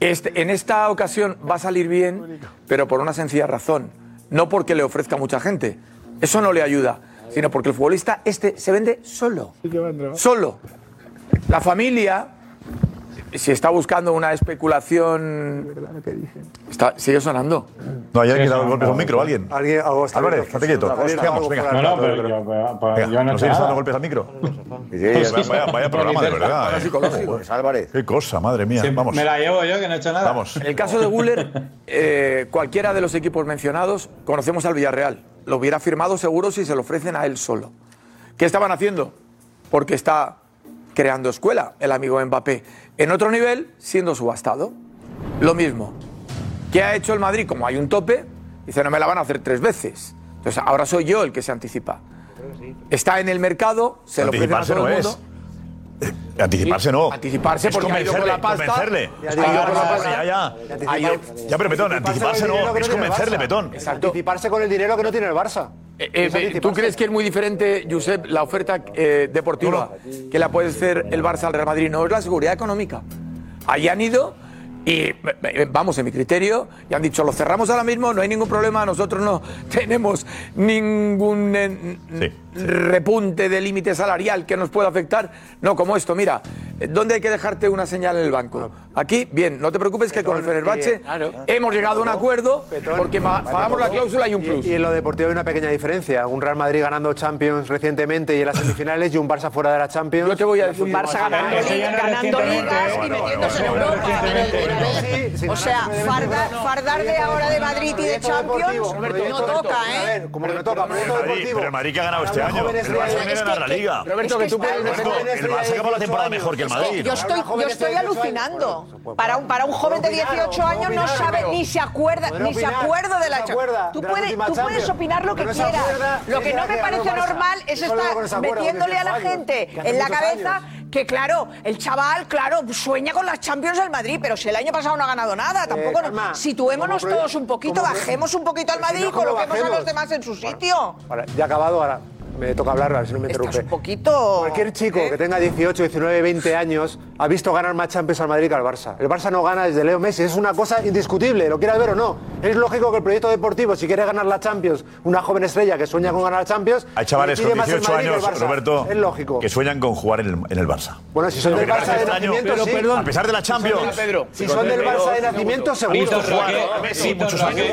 Speaker 10: Este- en esta ocasión va a salir bien, pero por una sencilla razón. No porque le ofrezca mucha gente. Eso no le ayuda, sino porque el futbolista este se vende solo. Solo. La familia, si está buscando una especulación... Está, sigue sonando.
Speaker 2: No, ayer que dado golpes a un micro, alguien.
Speaker 12: Alguien, algo está
Speaker 2: Álvarez,
Speaker 12: abierto.
Speaker 2: estate quieto.
Speaker 12: Algo está
Speaker 2: Sigamos,
Speaker 12: abierto.
Speaker 2: venga.
Speaker 12: Algo está abierto.
Speaker 2: Venga,
Speaker 12: yo no
Speaker 2: ¿nos
Speaker 12: sé
Speaker 2: sigues dando
Speaker 12: nada.
Speaker 2: golpes al micro?
Speaker 12: Sí,
Speaker 2: Vaya- vaya, vaya programa, de verdad. eh.
Speaker 14: Pues Álvarez.
Speaker 2: Qué cosa, madre mía.
Speaker 10: Sí,
Speaker 2: Vamos.
Speaker 10: me la
Speaker 2: llevo
Speaker 10: yo, que no he hecho
Speaker 2: nada. Vamos.
Speaker 10: En el caso de Guller, eh, cualquiera de los equipos mencionados, conocemos al Villarreal. Lo hubiera firmado seguro si se lo ofrecen a él solo. ¿Qué estaban haciendo? Porque está creando escuela el amigo Mbappé. En otro nivel, siendo subastado. Lo mismo. ¿Qué ha hecho el Madrid? Como hay un tope, dice, no me la van a hacer tres veces. Entonces, ahora soy yo el que se anticipa. Está en el mercado, se lo ofrecen a
Speaker 2: Anticiparse
Speaker 10: todo
Speaker 2: no
Speaker 10: el
Speaker 2: es.
Speaker 10: mundo.
Speaker 2: Eh, Anticiparse no.
Speaker 10: Anticiparse
Speaker 2: Es
Speaker 10: porque ha ido con la pasta.
Speaker 2: Convencerle.
Speaker 10: Ya,
Speaker 2: Ha
Speaker 10: ya,
Speaker 2: ido con la
Speaker 10: ya,
Speaker 2: pasta,
Speaker 10: ya,
Speaker 2: Ya, ya.
Speaker 10: Ha ido-
Speaker 2: Ya, pero Petón, anticiparse no. Es convencerle, Petón.
Speaker 12: Anticiparse con el dinero que no tiene el Barça.
Speaker 10: Eh, eh, ¿Tú crees que es muy diferente, Josep, la oferta eh, deportiva que la puede hacer el Barça al Real Madrid? No, es la seguridad económica. Ahí han ido y, eh, eh, vamos, en mi criterio, y han dicho, lo cerramos ahora mismo, no hay ningún problema, nosotros no tenemos ningún eh, n- repunte de límite salarial que nos pueda afectar. No, como esto, mira, eh, ¿dónde hay que dejarte una señal en el banco? Aquí, bien, no te preocupes que con el Fenerbahce
Speaker 12: eh, Claro.
Speaker 10: hemos llegado a un acuerdo porque ma-
Speaker 12: Vale,
Speaker 10: pagamos la
Speaker 12: todo.
Speaker 10: cláusula y un
Speaker 12: Y-
Speaker 10: plus.
Speaker 12: Y, en lo deportivo hay una pequeña diferencia. Un Real Madrid ganando Champions recientemente y en las semifinales y un Barça fuera de la Champions. Yo te
Speaker 10: voy a decir.
Speaker 12: Un Barça
Speaker 7: ganando ligas, ganando ligas y metiéndose en Europa. O sea, fardar, fardar de ahora de Madrid y de Champions no toca, ¿eh?
Speaker 12: Como que no toca, proyecto
Speaker 2: Madrid,
Speaker 12: deportivo.
Speaker 2: pero el Madrid que ha ganado este año. El
Speaker 12: jóvenes de-
Speaker 2: Barça viene
Speaker 12: es
Speaker 2: a ganar
Speaker 12: que-
Speaker 2: la Liga.
Speaker 10: Roberto, que tú puedes defender.
Speaker 2: El Barça acabó la temporada mejor que el
Speaker 7: Es que
Speaker 2: Madrid.
Speaker 7: yo estoy, yo estoy alucinando. Para un, para un joven de 18 años no sabe ni se acuerda,
Speaker 12: Podrá
Speaker 7: ni se
Speaker 12: opinar,
Speaker 7: acuerda de la
Speaker 12: no se acuerda
Speaker 7: Champions. Tú
Speaker 12: de la
Speaker 7: puedes,
Speaker 12: última
Speaker 7: tú puedes
Speaker 12: Champions.
Speaker 7: opinar lo
Speaker 12: Lo
Speaker 7: que
Speaker 12: que no se
Speaker 7: quieras.
Speaker 12: acuerda
Speaker 7: Lo que
Speaker 12: es
Speaker 7: no
Speaker 12: la
Speaker 7: me
Speaker 12: que
Speaker 7: parece
Speaker 12: ganó el Barça.
Speaker 7: normal es
Speaker 12: Eso es lo que no se
Speaker 7: estar
Speaker 12: acuerda,
Speaker 7: metiéndole a la
Speaker 12: 18 años,
Speaker 7: gente
Speaker 12: que hace
Speaker 7: en la
Speaker 12: muchos
Speaker 7: cabeza que, claro, el chaval, claro, sueña con las Champions del Madrid, pero si el año pasado no ha ganado nada, tampoco. nos-
Speaker 12: calma.
Speaker 7: situémonos
Speaker 12: Eh, Como proye-
Speaker 7: todos un poquito,
Speaker 12: como proye-
Speaker 7: bajemos un poquito al
Speaker 12: Pero si
Speaker 7: Madrid
Speaker 12: no,
Speaker 7: y
Speaker 12: ¿cómo
Speaker 7: coloquemos a los
Speaker 12: bajemos?
Speaker 7: demás en su sitio.
Speaker 12: Ahora, ya he acabado, ahora me toca hablar, a ver si no me interrumpe.
Speaker 7: un poquito. ¿Eh?
Speaker 12: Cualquier chico que tenga 18, 19, 20 años ha visto ganar más Champions al Madrid que al Barça. El Barça no gana desde Leo Messi, es una cosa indiscutible, lo quieras ver o no. Es lógico que el proyecto deportivo, si quiere ganar la Champions, una joven estrella que sueña con ganar la Champions,
Speaker 2: Hay chavales
Speaker 12: le pide
Speaker 2: con
Speaker 12: más el
Speaker 2: 18
Speaker 12: Madrid que el
Speaker 2: años,
Speaker 12: Barça.
Speaker 2: Roberto,
Speaker 12: Es lógico.
Speaker 2: que sueñan con jugar en el, en el Barça.
Speaker 12: Bueno, si son
Speaker 2: Lo
Speaker 12: del
Speaker 2: que este parece
Speaker 12: Barça de
Speaker 2: extraño,
Speaker 12: nacimiento,
Speaker 2: pero
Speaker 12: sí.
Speaker 2: perdón, a pesar de la
Speaker 12: Si son
Speaker 2: Champions.
Speaker 12: del- Si son del Barça de nacimiento, seguro.
Speaker 2: Muchos jugadores, Messi, muchos años.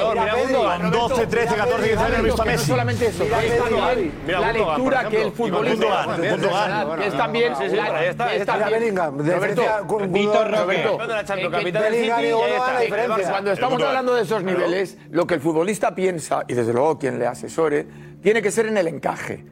Speaker 2: Con 12, 13, 14, 15 años he visto a
Speaker 17: No
Speaker 2: Messi.
Speaker 17: solamente eso,
Speaker 2: Mira,
Speaker 17: es
Speaker 2: Gundogan.
Speaker 17: también
Speaker 2: Mira,
Speaker 17: la
Speaker 2: Gundogan, por
Speaker 17: lectura que el
Speaker 2: ejemplo.
Speaker 10: este,
Speaker 2: Digo,
Speaker 17: futbolista
Speaker 2: Gundogan, Gundogan.
Speaker 17: que es también
Speaker 2: Bueno, bueno,
Speaker 17: la-
Speaker 2: ahí está,
Speaker 17: que
Speaker 2: ahí
Speaker 17: es
Speaker 2: está.
Speaker 17: también-
Speaker 2: Bellingham, de
Speaker 17: Roberto,
Speaker 2: diferencia, Gundogan, Vitor Roque.
Speaker 17: Roberto,
Speaker 2: Campeón de
Speaker 10: Eh,
Speaker 2: la Champions,
Speaker 17: que- que
Speaker 2: capitán del
Speaker 17: Bellingham
Speaker 2: City,
Speaker 17: y
Speaker 2: y ahí
Speaker 17: Gundogan,
Speaker 2: está,
Speaker 17: la
Speaker 2: el
Speaker 17: diferencia.
Speaker 2: Barça.
Speaker 10: Cuando estamos
Speaker 2: Gundogan.
Speaker 10: hablando de esos
Speaker 2: Claro.
Speaker 10: niveles, lo que el futbolista piensa, y desde luego quien le asesore, tiene que ser en el encaje.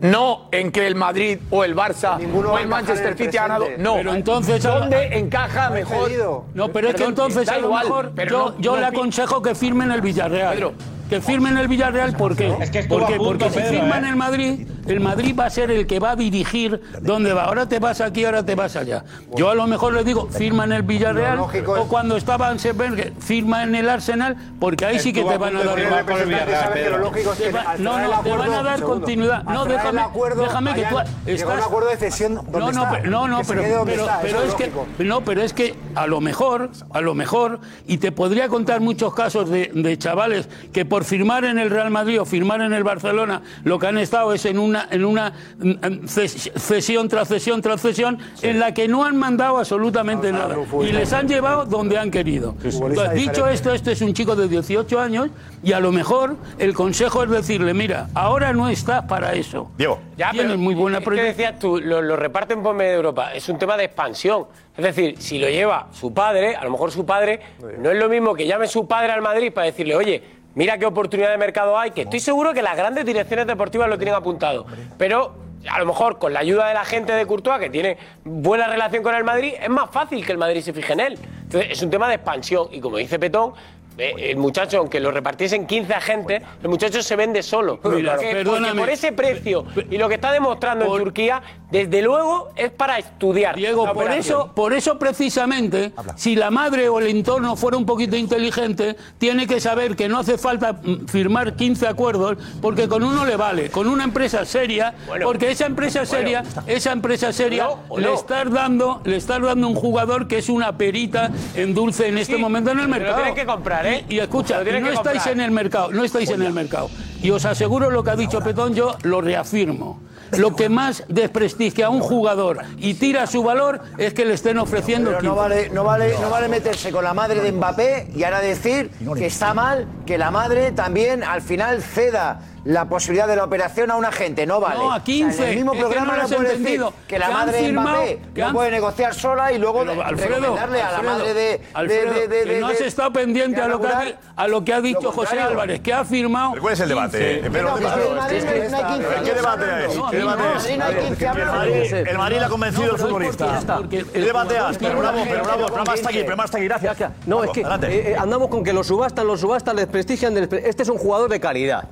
Speaker 10: No en que el Madrid o el Barça o
Speaker 13: va a
Speaker 10: el
Speaker 13: encajar
Speaker 10: Manchester
Speaker 13: en el
Speaker 10: City ha ganado.
Speaker 13: presente.
Speaker 10: No.
Speaker 13: Pero entonces-
Speaker 10: ¿Dónde encaja mejor?
Speaker 13: No, pero es que
Speaker 10: Perdón,
Speaker 13: entonces
Speaker 10: da
Speaker 13: a lo
Speaker 10: igual,
Speaker 13: mejor
Speaker 10: pero
Speaker 13: yo,
Speaker 10: no-
Speaker 13: yo
Speaker 10: no
Speaker 13: le
Speaker 10: pi-
Speaker 13: aconsejo que firme en el Villarreal. Que firme en el Villarreal, ¿por qué?
Speaker 11: estuvo
Speaker 13: Porque,
Speaker 11: a punto,
Speaker 13: porque si
Speaker 11: Pedro,
Speaker 13: firma
Speaker 11: ¿eh?
Speaker 13: en el Madrid, el Madrid va a ser el que va a dirigir dónde va. Ahora te vas aquí, ahora te vas allá. Yo a lo mejor le digo, firma en el Villarreal, o cuando estaba Ansel Berger, firma en el Arsenal, porque ahí sí que
Speaker 12: Estuvo
Speaker 13: te
Speaker 12: a
Speaker 13: van a
Speaker 12: punto
Speaker 13: dar
Speaker 12: de firmar con el Villarreal, Saben que Pedro. lo lógico es que
Speaker 13: Te va-
Speaker 12: al
Speaker 13: No,
Speaker 12: cerrar el
Speaker 13: no, te van
Speaker 12: acuerdo-
Speaker 13: a dar
Speaker 12: Segundo.
Speaker 13: continuidad.
Speaker 12: Al
Speaker 13: No,
Speaker 12: cerrar el
Speaker 13: déjame,
Speaker 12: acuerdo,
Speaker 13: déjame que
Speaker 12: allá
Speaker 13: tú
Speaker 12: llegó un acuerdo de cesión donde
Speaker 13: no, no,
Speaker 12: está,
Speaker 13: pero, no, no,
Speaker 12: que se
Speaker 13: pero,
Speaker 12: quede donde
Speaker 13: pero-
Speaker 12: está,
Speaker 13: pero
Speaker 12: eso es
Speaker 13: es que,
Speaker 12: lógico.
Speaker 13: no, pero es que a lo mejor, a lo mejor, y te podría contar muchos casos de, de chavales que por firmar en el Real Madrid o firmar en el Barcelona, lo que han estado es en una, en una mm, mm, ces- cesión tras cesión tras cesión, en la que no han mandado absolutamente nada. Y les han llevado donde han querido. Entonces, dicho
Speaker 11: diferente.
Speaker 13: esto, este es un chico de 18 años y a lo mejor el consejo es decirle, mira, ahora no estás para eso.
Speaker 2: Diego.
Speaker 11: Ya, pero muy buena ¿Qué decías tú? Lo, lo reparten por medio de Europa. Es un tema de expansión. Es decir, si lo lleva su padre, a lo mejor su padre, no es lo mismo que llame su padre al Madrid para decirle, oye, mira qué oportunidad de mercado hay, que estoy seguro que las grandes direcciones deportivas lo tienen apuntado. Pero a lo mejor con la ayuda de la gente de Courtois, que tiene buena relación con el Madrid, es más fácil que el Madrid se fije en él. Entonces, es un tema de expansión. Y como dice Petón, eh, el muchacho, aunque lo repartiesen 15 agentes, el muchacho se vende solo.
Speaker 13: Mira,
Speaker 11: Porque- porque
Speaker 13: perdóname.
Speaker 11: pues, por ese precio y lo que está demostrando en Turquía, desde luego es para estudiar.
Speaker 13: Diego,
Speaker 11: la
Speaker 13: por
Speaker 11: operación.
Speaker 13: eso, por eso precisamente, si la madre o el entorno fuera un poquito inteligente, tiene que saber que no hace falta mm, firmar 15 acuerdos, porque con uno le vale, con una empresa seria, porque esa empresa seria, esa empresa seria
Speaker 11: No,
Speaker 13: le
Speaker 11: no.
Speaker 13: estás dando, le estás dando un jugador que es una perita en dulce en este
Speaker 11: Sí,
Speaker 13: momento en el
Speaker 11: pero lo
Speaker 13: mercado.
Speaker 11: tienen que comprar, ¿eh?
Speaker 13: Y, y escucha,
Speaker 11: Lo tienen
Speaker 13: no
Speaker 11: que
Speaker 13: estáis
Speaker 11: comprar.
Speaker 13: en el mercado, no estáis en el mercado. Y os aseguro lo que ha dicho Petón, yo lo reafirmo. Lo que más desprestigia a un jugador y tira su valor es que le estén ofreciendo
Speaker 14: Pero no
Speaker 13: 15.
Speaker 14: vale, no, vale, no vale meterse con la madre de Mbappé y ahora decir que está mal que la madre también al final ceda la posibilidad de la operación a un agente. No vale.
Speaker 13: No,
Speaker 14: O
Speaker 13: a
Speaker 14: sea,
Speaker 13: 15,
Speaker 14: en el mismo
Speaker 13: es que
Speaker 14: programa
Speaker 13: no lo
Speaker 14: no
Speaker 13: has
Speaker 14: puede decir
Speaker 13: entendido.
Speaker 14: que la
Speaker 13: Que han
Speaker 14: madre de
Speaker 13: firmado,
Speaker 14: Mbappé
Speaker 13: que
Speaker 14: no
Speaker 13: han-
Speaker 14: puede negociar sola y luego
Speaker 13: Pero,
Speaker 14: recomendarle a la
Speaker 13: Alfredo,
Speaker 14: madre de- de...
Speaker 13: Alfredo,
Speaker 14: de- de-
Speaker 13: que no
Speaker 14: de-
Speaker 13: has estado pendiente
Speaker 14: de
Speaker 13: a lo, que ha,
Speaker 14: elaborar
Speaker 13: a lo que ha dicho José
Speaker 14: contrario.
Speaker 13: Álvarez, que ha firmado.
Speaker 2: ¿Pero cuál es el debate?
Speaker 13: 15.
Speaker 2: Eh, Pedro, Pedro, es que- ¿Qué debate es? ¿Qué debate es? El Madrid- El Madrid le ha convencido al futbolista. ¿Qué debate es? Pero bravo, pero bravo, pero más está aquí, pero más está aquí, gracias.
Speaker 17: No,
Speaker 2: Bravo,
Speaker 17: es que
Speaker 2: adelante.
Speaker 17: eh, eh, andamos con que los subastan, los subastan, les prestigian. les pre- Este es un jugador de calidad.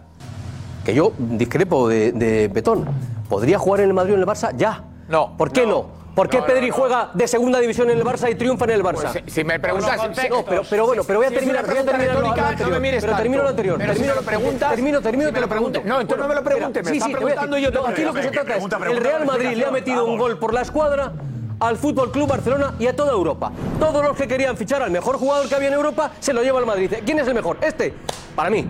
Speaker 17: Que yo discrepo de, de Betón. ¿Podría jugar en el Madrid o en el Barça? Ya. No. ¿Por qué no? ¿Por qué
Speaker 10: No, no,
Speaker 17: Pedri
Speaker 10: no.
Speaker 17: juega de segunda división en el Barça y triunfa en el Barça?
Speaker 10: Pues, si- si me preguntas-
Speaker 17: No, pero, pero bueno, pero voy a
Speaker 10: Si es
Speaker 17: terminar.
Speaker 10: una
Speaker 17: Voy a terminar lo- lo
Speaker 10: pregunta retórica,
Speaker 17: anterior.
Speaker 10: no me mires
Speaker 17: pero termino
Speaker 10: tanto.
Speaker 17: lo anterior.
Speaker 10: Pero si
Speaker 17: termino
Speaker 10: me lo preguntas-
Speaker 17: Termino, termino,
Speaker 10: si
Speaker 17: te
Speaker 10: me
Speaker 17: lo
Speaker 10: lo
Speaker 17: pregunto.
Speaker 10: preguntas- No, entonces no me lo preguntes, me
Speaker 17: Sí,
Speaker 10: estás
Speaker 17: sí, te voy a decir-
Speaker 10: preguntando y yo te-
Speaker 17: no, Aquí lo que se
Speaker 10: Venga,
Speaker 17: trata
Speaker 10: pregunta,
Speaker 17: es: el
Speaker 10: pregunta,
Speaker 17: Real
Speaker 10: pregunta,
Speaker 17: Madrid le ha
Speaker 10: vamos.
Speaker 17: metido un gol por la escuadra al Fútbol Club Barcelona y a toda Europa. Todos los que querían fichar al mejor jugador que había en Europa se lo lleva al Madrid. ¿Quién es el mejor? Este, para mí.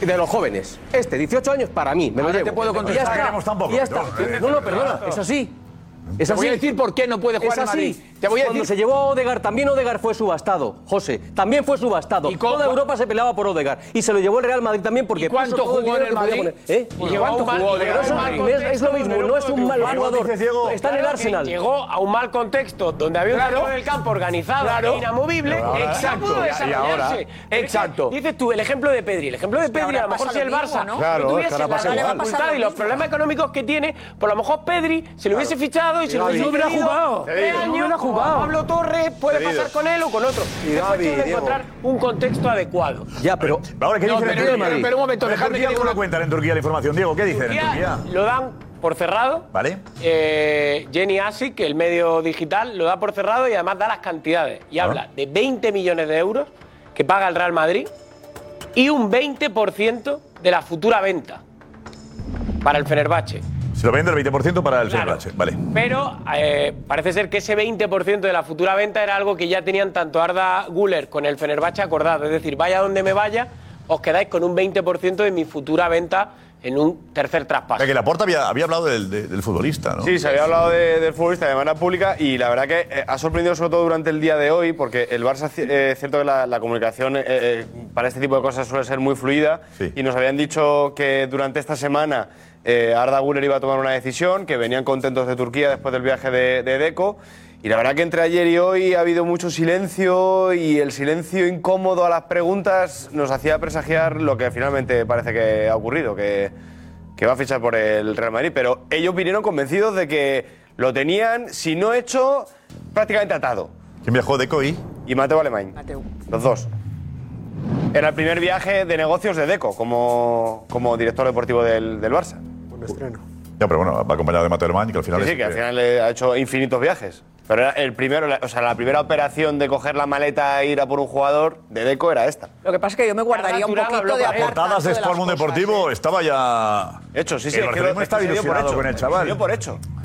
Speaker 17: De los jóvenes. Este, 18 años, para mí. Me lo
Speaker 10: Ahora
Speaker 17: llevo.
Speaker 10: te puedo contestar.
Speaker 17: Y ya
Speaker 10: No
Speaker 17: está.
Speaker 10: queremos tampoco,
Speaker 17: y ya está.
Speaker 10: no.
Speaker 17: No, no, perdona. Es así. Es
Speaker 10: Te
Speaker 17: así.
Speaker 10: voy a decir por qué no puede jugar
Speaker 17: es
Speaker 10: en Madrid.
Speaker 17: así.
Speaker 10: Te voy a
Speaker 17: Cuando
Speaker 10: decir-
Speaker 17: se llevó a Odegar, también Odegar fue subastado, José. También fue subastado. Toda Europa se peleaba por Odegar. Y se lo llevó el Real Madrid también porque
Speaker 10: ¿Y cuánto
Speaker 17: puso todo
Speaker 10: jugó en
Speaker 17: dinero
Speaker 10: el
Speaker 17: que podía
Speaker 10: Madrid?
Speaker 17: poner. ¿Eh?
Speaker 10: Y llegó a un mal-
Speaker 17: Pero
Speaker 10: llegó a un
Speaker 17: eso-
Speaker 10: mal
Speaker 17: es- es lo mismo, no es un mal
Speaker 11: Diego,
Speaker 17: jugador.
Speaker 11: dices, Diego,
Speaker 17: Está en el
Speaker 11: claro que
Speaker 17: Arsenal.
Speaker 11: Llegó a un mal contexto donde había un
Speaker 10: Claro.
Speaker 11: jugador del campo organizado,
Speaker 10: Claro.
Speaker 11: e inamovible,
Speaker 10: Pero ahora-
Speaker 11: exacto.
Speaker 10: Y ahora-
Speaker 11: exacto. Dices tú el ejemplo de Pedri, el ejemplo de Pedri,
Speaker 10: ahora
Speaker 11: a lo mejor
Speaker 10: pasa
Speaker 11: si el
Speaker 10: lo mismo,
Speaker 11: Barça
Speaker 10: ¿no?
Speaker 11: no
Speaker 10: Claro, es que
Speaker 11: tuviese
Speaker 10: ahora
Speaker 11: la
Speaker 10: pasa igual.
Speaker 11: dificultad y los problemas económicos que tiene, por lo mejor Pedri se lo hubiese fichado y se lo
Speaker 10: Gavi.
Speaker 11: hubiese
Speaker 10: No hubiera
Speaker 11: cedido
Speaker 10: jugado.
Speaker 11: tres
Speaker 10: Cedido.
Speaker 11: años,
Speaker 10: No hubiera
Speaker 11: como
Speaker 10: jugado.
Speaker 11: Pablo Torres puede
Speaker 10: Cedido.
Speaker 11: pasar con él o con otro.
Speaker 10: Y
Speaker 11: Es
Speaker 10: Gavi,
Speaker 11: cuestión de
Speaker 10: Diego.
Speaker 11: encontrar un contexto adecuado.
Speaker 17: Ya, pero.
Speaker 2: Ahora, ¿qué
Speaker 11: No,
Speaker 2: dicen en
Speaker 11: pero-
Speaker 2: Turquía?
Speaker 11: pero- pero un momento,
Speaker 2: ¿En
Speaker 11: dejadme que
Speaker 2: Turquía
Speaker 11: diga
Speaker 2: cómo lo
Speaker 11: una-
Speaker 2: cuentan en Turquía la información? Diego, ¿qué dicen en Turquía?
Speaker 11: Lo dan por cerrado.
Speaker 2: ¿Vale?
Speaker 11: Eh, Jenny Asik, el medio digital, lo da por cerrado y además da las cantidades. Y habla de 20 millones de euros que paga el Real Madrid y un 20% de la futura venta para el Fenerbahce.
Speaker 2: Se lo vende el 20% para el Fenerbahce. Vale.
Speaker 11: Pero eh, parece ser que ese 20% de la futura venta era algo que ya tenían tanto Arda Guller con el Fenerbahce acordado. Es decir, vaya donde me vaya, os quedáis con un 20% de mi futura venta en un tercer traspaso.
Speaker 2: O sea, que Laporta había, había hablado del, de- del futbolista, ¿no?
Speaker 9: Sí, se había hablado de- del futbolista de manera pública y la verdad que eh, ha sorprendido sobre todo durante el día de hoy porque el Barça, ci- eh, es cierto que la, la comunicación eh, eh, para este tipo de cosas suele ser muy fluida y nos habían dicho que durante esta semana eh, Arda Güler iba a tomar una decisión, que venían contentos de Turquía después del viaje de, de Deco y la verdad que entre ayer y hoy ha habido mucho silencio y el silencio incómodo a las preguntas nos hacía presagiar lo que finalmente parece que ha ocurrido, que que va a fichar por el Real Madrid, pero ellos vinieron convencidos de que lo tenían, si no hecho, prácticamente atado.
Speaker 2: ¿Quién viajó Deco y?
Speaker 9: Y Mateo Alemán. Los dos. Era el primer viaje de negocios de Deco como, como director deportivo del, del Barça.
Speaker 2: Ya, pero bueno, va acompañado de Mateo Alemán, que al final
Speaker 9: Sí,
Speaker 2: es.
Speaker 9: sí, que al final eh, ha hecho infinitos viajes. Pero era el primero, la- o sea, la primera operación de coger la maleta e ir a por un jugador de Deco era esta.
Speaker 7: Lo que pasa es que yo me guardaría un poquito de
Speaker 2: Las
Speaker 7: hablar
Speaker 2: portadas de
Speaker 7: tanto de las ¿eh?
Speaker 2: Sport Mundo Deportivo estaba ya.
Speaker 9: Hecho, sí, sí,
Speaker 2: El
Speaker 9: es que
Speaker 2: Barcelona
Speaker 9: lo-
Speaker 2: está
Speaker 9: es que se dio por
Speaker 2: ilusionado
Speaker 9: hecho,
Speaker 2: con el
Speaker 9: se
Speaker 2: chaval.
Speaker 9: dio por hecho. Porque
Speaker 7: Sí, sí, sí,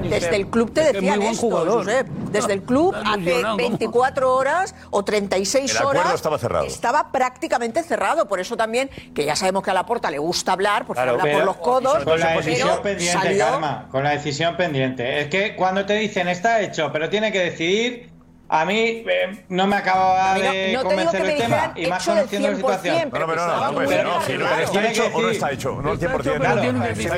Speaker 7: sí, desde el club te
Speaker 9: Es que es
Speaker 7: decían
Speaker 9: muy buen
Speaker 7: esto,
Speaker 9: jugador.
Speaker 7: Josep. Desde el club
Speaker 9: Está
Speaker 7: hace
Speaker 9: ilusionado, ¿cómo?
Speaker 7: 24 horas o 36
Speaker 2: El acuerdo
Speaker 7: horas
Speaker 2: estaba cerrado.
Speaker 7: estaba prácticamente cerrado. Por eso también, que ya sabemos que a Laporta le gusta hablar, porque habla por los codos,
Speaker 3: Con la decisión
Speaker 7: pero
Speaker 3: pendiente,
Speaker 7: salió...
Speaker 3: Karma, Con la decisión pendiente. Es que cuando te dicen está hecho, pero tiene que decidir, a mí eh, no me acababa
Speaker 7: A mí no-
Speaker 3: de
Speaker 7: no te digo
Speaker 3: convencer
Speaker 7: que
Speaker 3: el
Speaker 7: me
Speaker 3: tema.
Speaker 7: dijeran
Speaker 3: Y más
Speaker 7: hecho del
Speaker 3: conociendo
Speaker 7: 100%,
Speaker 3: la situación.
Speaker 7: pero No, pero no, no,
Speaker 2: pues,
Speaker 3: Pero-
Speaker 2: no, si no
Speaker 3: pero
Speaker 2: está
Speaker 3: tiene
Speaker 2: hecho
Speaker 3: que
Speaker 2: o no
Speaker 3: decir.
Speaker 2: está hecho, no al 100%.
Speaker 3: Claro,
Speaker 2: Está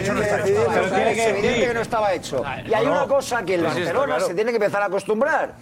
Speaker 2: hecho o no está hecho.
Speaker 14: Pero
Speaker 2: tiene que
Speaker 14: es evidente
Speaker 2: decir.
Speaker 14: que no estaba hecho. Y hay
Speaker 2: No, no.
Speaker 14: una cosa que el
Speaker 2: Sí, sí, está
Speaker 14: Barcelona
Speaker 2: claro.
Speaker 14: se tiene que empezar a acostumbrar.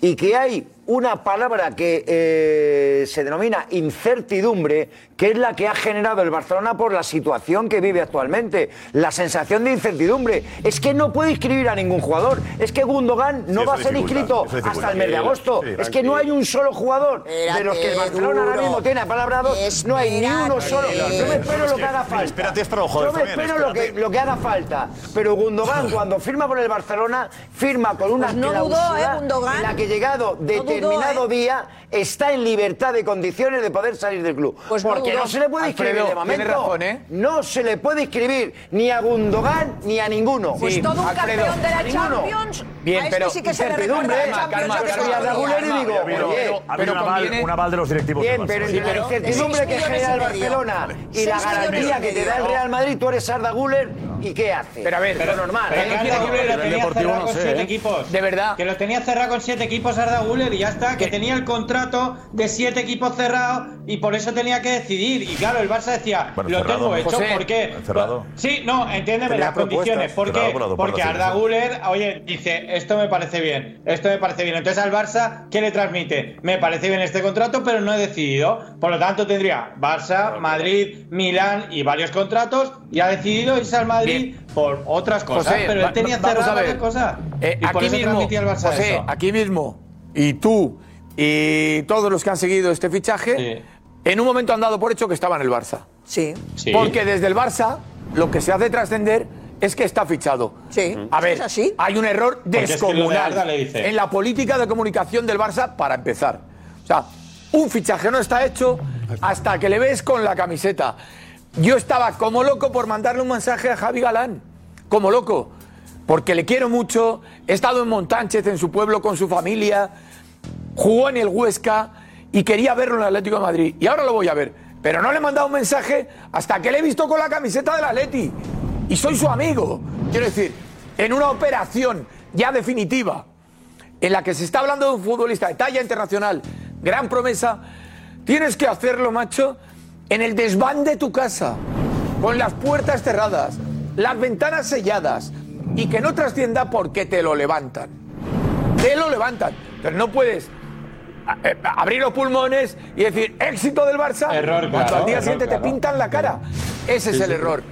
Speaker 14: Y que hay una palabra que eh, se denomina incertidumbre, que es la que ha generado el Barcelona por la situación que vive actualmente. La sensación de incertidumbre. Es que no puede inscribir a ningún jugador. Es que Gundogan no
Speaker 2: eso
Speaker 14: va a ser
Speaker 2: dificulta,
Speaker 14: inscrito
Speaker 2: eso dificulta.
Speaker 14: hasta el mes de agosto.
Speaker 2: Sí,
Speaker 14: es que no hay un solo jugador de los que el
Speaker 7: Espérate,
Speaker 14: Barcelona ahora
Speaker 7: duro.
Speaker 14: mismo tiene apalabrados. No hay ni uno solo. Yo me espero lo que haga falta.
Speaker 2: Espérate, es para los
Speaker 14: Yo
Speaker 2: jóvenes
Speaker 14: me
Speaker 2: también,
Speaker 14: espero lo que, lo que haga falta. Pero Gundogan, cuando firma con el Barcelona, firma con una
Speaker 7: Pues no dudó,
Speaker 14: cláusula
Speaker 7: ¿eh, Gundogan? ¿eh?
Speaker 14: en la que llegado determinado día está en libertad de condiciones de poder salir del club.
Speaker 7: Pues
Speaker 10: no
Speaker 14: Porque no,
Speaker 10: dudó.
Speaker 14: se le puede inscribir
Speaker 10: Alfredo,
Speaker 14: de momento.
Speaker 10: tiene razón, ¿eh?
Speaker 14: No se le puede inscribir ni a Gundogan ni a ninguno.
Speaker 7: Pues todo un
Speaker 14: Alfredo,
Speaker 7: campeón de la
Speaker 14: ninguno.
Speaker 7: Champions. a
Speaker 14: Bien,
Speaker 7: este
Speaker 14: pero
Speaker 7: sí que se le
Speaker 14: incertidumbre,
Speaker 7: recuerda a la
Speaker 14: ¿eh?
Speaker 7: Champions.
Speaker 14: Calma,
Speaker 7: lo
Speaker 14: calma,
Speaker 7: que se
Speaker 14: calma,
Speaker 7: le
Speaker 14: calma,
Speaker 7: recuerda.
Speaker 14: calma. digo,
Speaker 2: Pero-
Speaker 14: oye,
Speaker 2: pero ha habido
Speaker 14: pero
Speaker 2: un aval-
Speaker 14: conviene-
Speaker 2: un aval de los directivos.
Speaker 14: Bien,
Speaker 2: del
Speaker 14: pero
Speaker 2: Barcelona.
Speaker 14: entre la incertidumbre que genera el Barcelona y la garantía que te da el Real Madrid, tú eres Arda Güler y ¿qué haces?
Speaker 3: Pero a ver,
Speaker 14: lo normal.
Speaker 3: pero
Speaker 14: ¿eh?
Speaker 3: que Arda Güler lo tenía cerrado con
Speaker 2: ¿eh?
Speaker 3: siete equipos. De verdad. Que lo tenía cerrado con siete equipos Arda Güler y ya está. Que tenía el contrato de siete equipos cerrado y por eso tenía que decidir. Y claro, el Barça decía,
Speaker 2: Bueno,
Speaker 3: lo
Speaker 2: cerrado,
Speaker 3: tengo
Speaker 2: ¿no?
Speaker 3: hecho
Speaker 2: José.
Speaker 3: porque...
Speaker 2: Cerrado.
Speaker 3: Sí, no, entiéndeme
Speaker 2: Tenía
Speaker 3: las
Speaker 2: propuestas.
Speaker 3: condiciones. ¿Por
Speaker 2: Cerrado
Speaker 3: qué?
Speaker 2: por las dos
Speaker 3: porque
Speaker 2: partes,
Speaker 3: Arda
Speaker 2: sí.
Speaker 3: Güler, oye, dice, esto me parece bien, esto me parece bien. Entonces al Barça, ¿qué le transmite? Me parece bien este contrato, pero no he decidido. Por lo tanto, tendría Barça, Madrid, Milán y varios contratos y ha decidido irse al Madrid por otras cosas.
Speaker 10: José,
Speaker 3: pero él
Speaker 10: va-
Speaker 3: tenía
Speaker 10: vamos
Speaker 3: cerradas
Speaker 10: a ver.
Speaker 3: varias cosas.
Speaker 10: Eh,
Speaker 3: y por
Speaker 10: aquí
Speaker 3: eso
Speaker 10: mismo,
Speaker 3: transmitía al Barça
Speaker 10: José,
Speaker 3: eso.
Speaker 10: aquí mismo, y tú, y todos los que han seguido este fichaje, en un momento han dado por hecho que estaba en el Barça.
Speaker 7: Sí.
Speaker 10: Sí. Porque desde el Barça lo que se hace trascender es que está fichado.
Speaker 7: Sí.
Speaker 10: A ver, hay un error
Speaker 3: Porque es que lo de
Speaker 10: descomunal
Speaker 3: Arda le dice.
Speaker 10: en la política de comunicación del Barça para empezar. O sea, un fichaje no está hecho hasta que le ves con la camiseta. Yo estaba como loco por mandarle un mensaje a Javi Galán, como loco, porque le quiero mucho, he estado en Montánchez, en su pueblo, con su familia, jugó en el Huesca y quería verlo en el Atlético de Madrid. Y ahora lo voy a ver. Pero no le he mandado un mensaje hasta que le he visto con la camiseta del Atleti. Y soy su amigo. Quiero decir, en una operación ya definitiva, en la que se está hablando de un futbolista de talla internacional, gran promesa, tienes que hacerlo, macho, en el desván de tu casa, con las puertas cerradas, las ventanas selladas, y que no trascienda porque te lo levantan. Te lo levantan. Pero no puedes a- eh, abrir los pulmones y decir éxito del Barça
Speaker 3: Error,
Speaker 10: cuando
Speaker 3: claro,
Speaker 10: al día
Speaker 3: error,
Speaker 10: siguiente te
Speaker 3: claro.
Speaker 10: pintan la cara. Ese es
Speaker 3: Sí,
Speaker 10: el
Speaker 3: sí.
Speaker 10: error.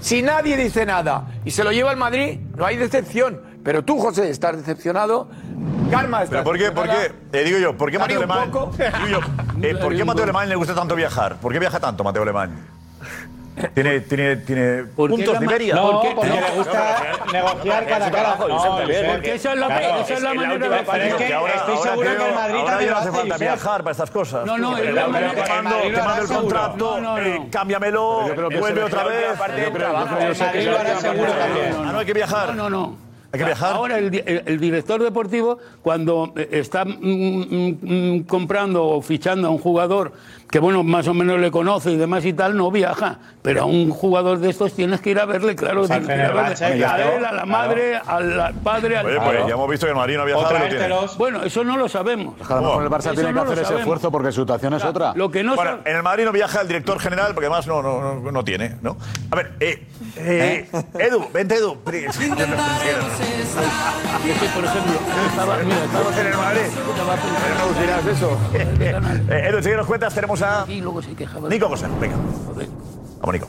Speaker 10: Si nadie dice nada y se lo lleva al Madrid, no hay decepción. Pero tú, José, estás decepcionado. Calma, estás
Speaker 2: Pero ¿por qué? ¿Por qué?
Speaker 10: decepcionada.
Speaker 2: Eh, digo yo, ¿por qué
Speaker 10: Dame
Speaker 2: Mateo
Speaker 10: un
Speaker 2: Alemán?
Speaker 10: poco.
Speaker 2: Digo yo, eh, ¿Por qué Mateo Alemán le gusta tanto viajar? ¿Por qué viaja tanto Mateo Alemán? Tiene, tiene, tiene puntos de Iberia.
Speaker 3: No, porque le gusta negociar cada cara. No, Josep, que- claro, Pero es que estoy seguro que el
Speaker 2: Ahora
Speaker 3: Madrid
Speaker 2: ya no
Speaker 3: también lo ¿eh?
Speaker 2: hace
Speaker 3: hace,
Speaker 2: falta
Speaker 3: Josep.
Speaker 2: viajar para estas cosas.
Speaker 3: No, no,
Speaker 2: Pero te
Speaker 3: el Real
Speaker 2: mando-
Speaker 3: Madrid-
Speaker 2: te mando,
Speaker 3: Madrid lo
Speaker 2: te mando
Speaker 3: hará
Speaker 2: el
Speaker 3: seguro.
Speaker 2: contrato, eh, cámbiamelo,
Speaker 13: creo que
Speaker 2: vuelve
Speaker 13: se
Speaker 2: otra
Speaker 13: refiere
Speaker 2: vez.
Speaker 13: a otra parte del trabajo. Yo creo- yo creo que se refiere a otra
Speaker 2: Ah, no hay
Speaker 13: parte.
Speaker 2: que viajar.
Speaker 13: No, no, no.
Speaker 2: Hay que viajar.
Speaker 13: Ahora el, di- el- el director deportivo, cuando eh, está mm, mm, mm, comprando o fichando a un jugador que, bueno, más o menos le conoce y demás y tal, no viaja. Pero a un jugador de estos tienes que ir a verle, claro.
Speaker 3: Pues al
Speaker 13: tienes que ir a, verle.
Speaker 3: Fenerbahce,
Speaker 13: A
Speaker 3: claro.
Speaker 13: él, a la madre, al al padre, al
Speaker 2: Oye, pues ya hemos visto que el Madrid no ha viajado.
Speaker 13: O
Speaker 2: y lo tiene.
Speaker 13: traértelos. Bueno, eso no lo sabemos.
Speaker 8: A lo mejor el Barça
Speaker 13: Eso
Speaker 8: tiene que
Speaker 13: no lo
Speaker 8: hacer ese
Speaker 13: sabemos.
Speaker 8: esfuerzo porque su situación es otra.
Speaker 13: Lo que no
Speaker 2: bueno, en el Madrid no viaja el director general porque además no, no, no, no tiene, ¿no? A ver, eh, eh, Edu, vente Edu. Pri-
Speaker 13: Es que, por ejemplo, estaba, mira, estaba
Speaker 2: en el Madrid.
Speaker 13: eso.
Speaker 2: Eh, Edu, si nos cuentas, tenemos a
Speaker 13: Y luego se quejaba.
Speaker 2: Nico Cosa. Venga. Vamos, Nico.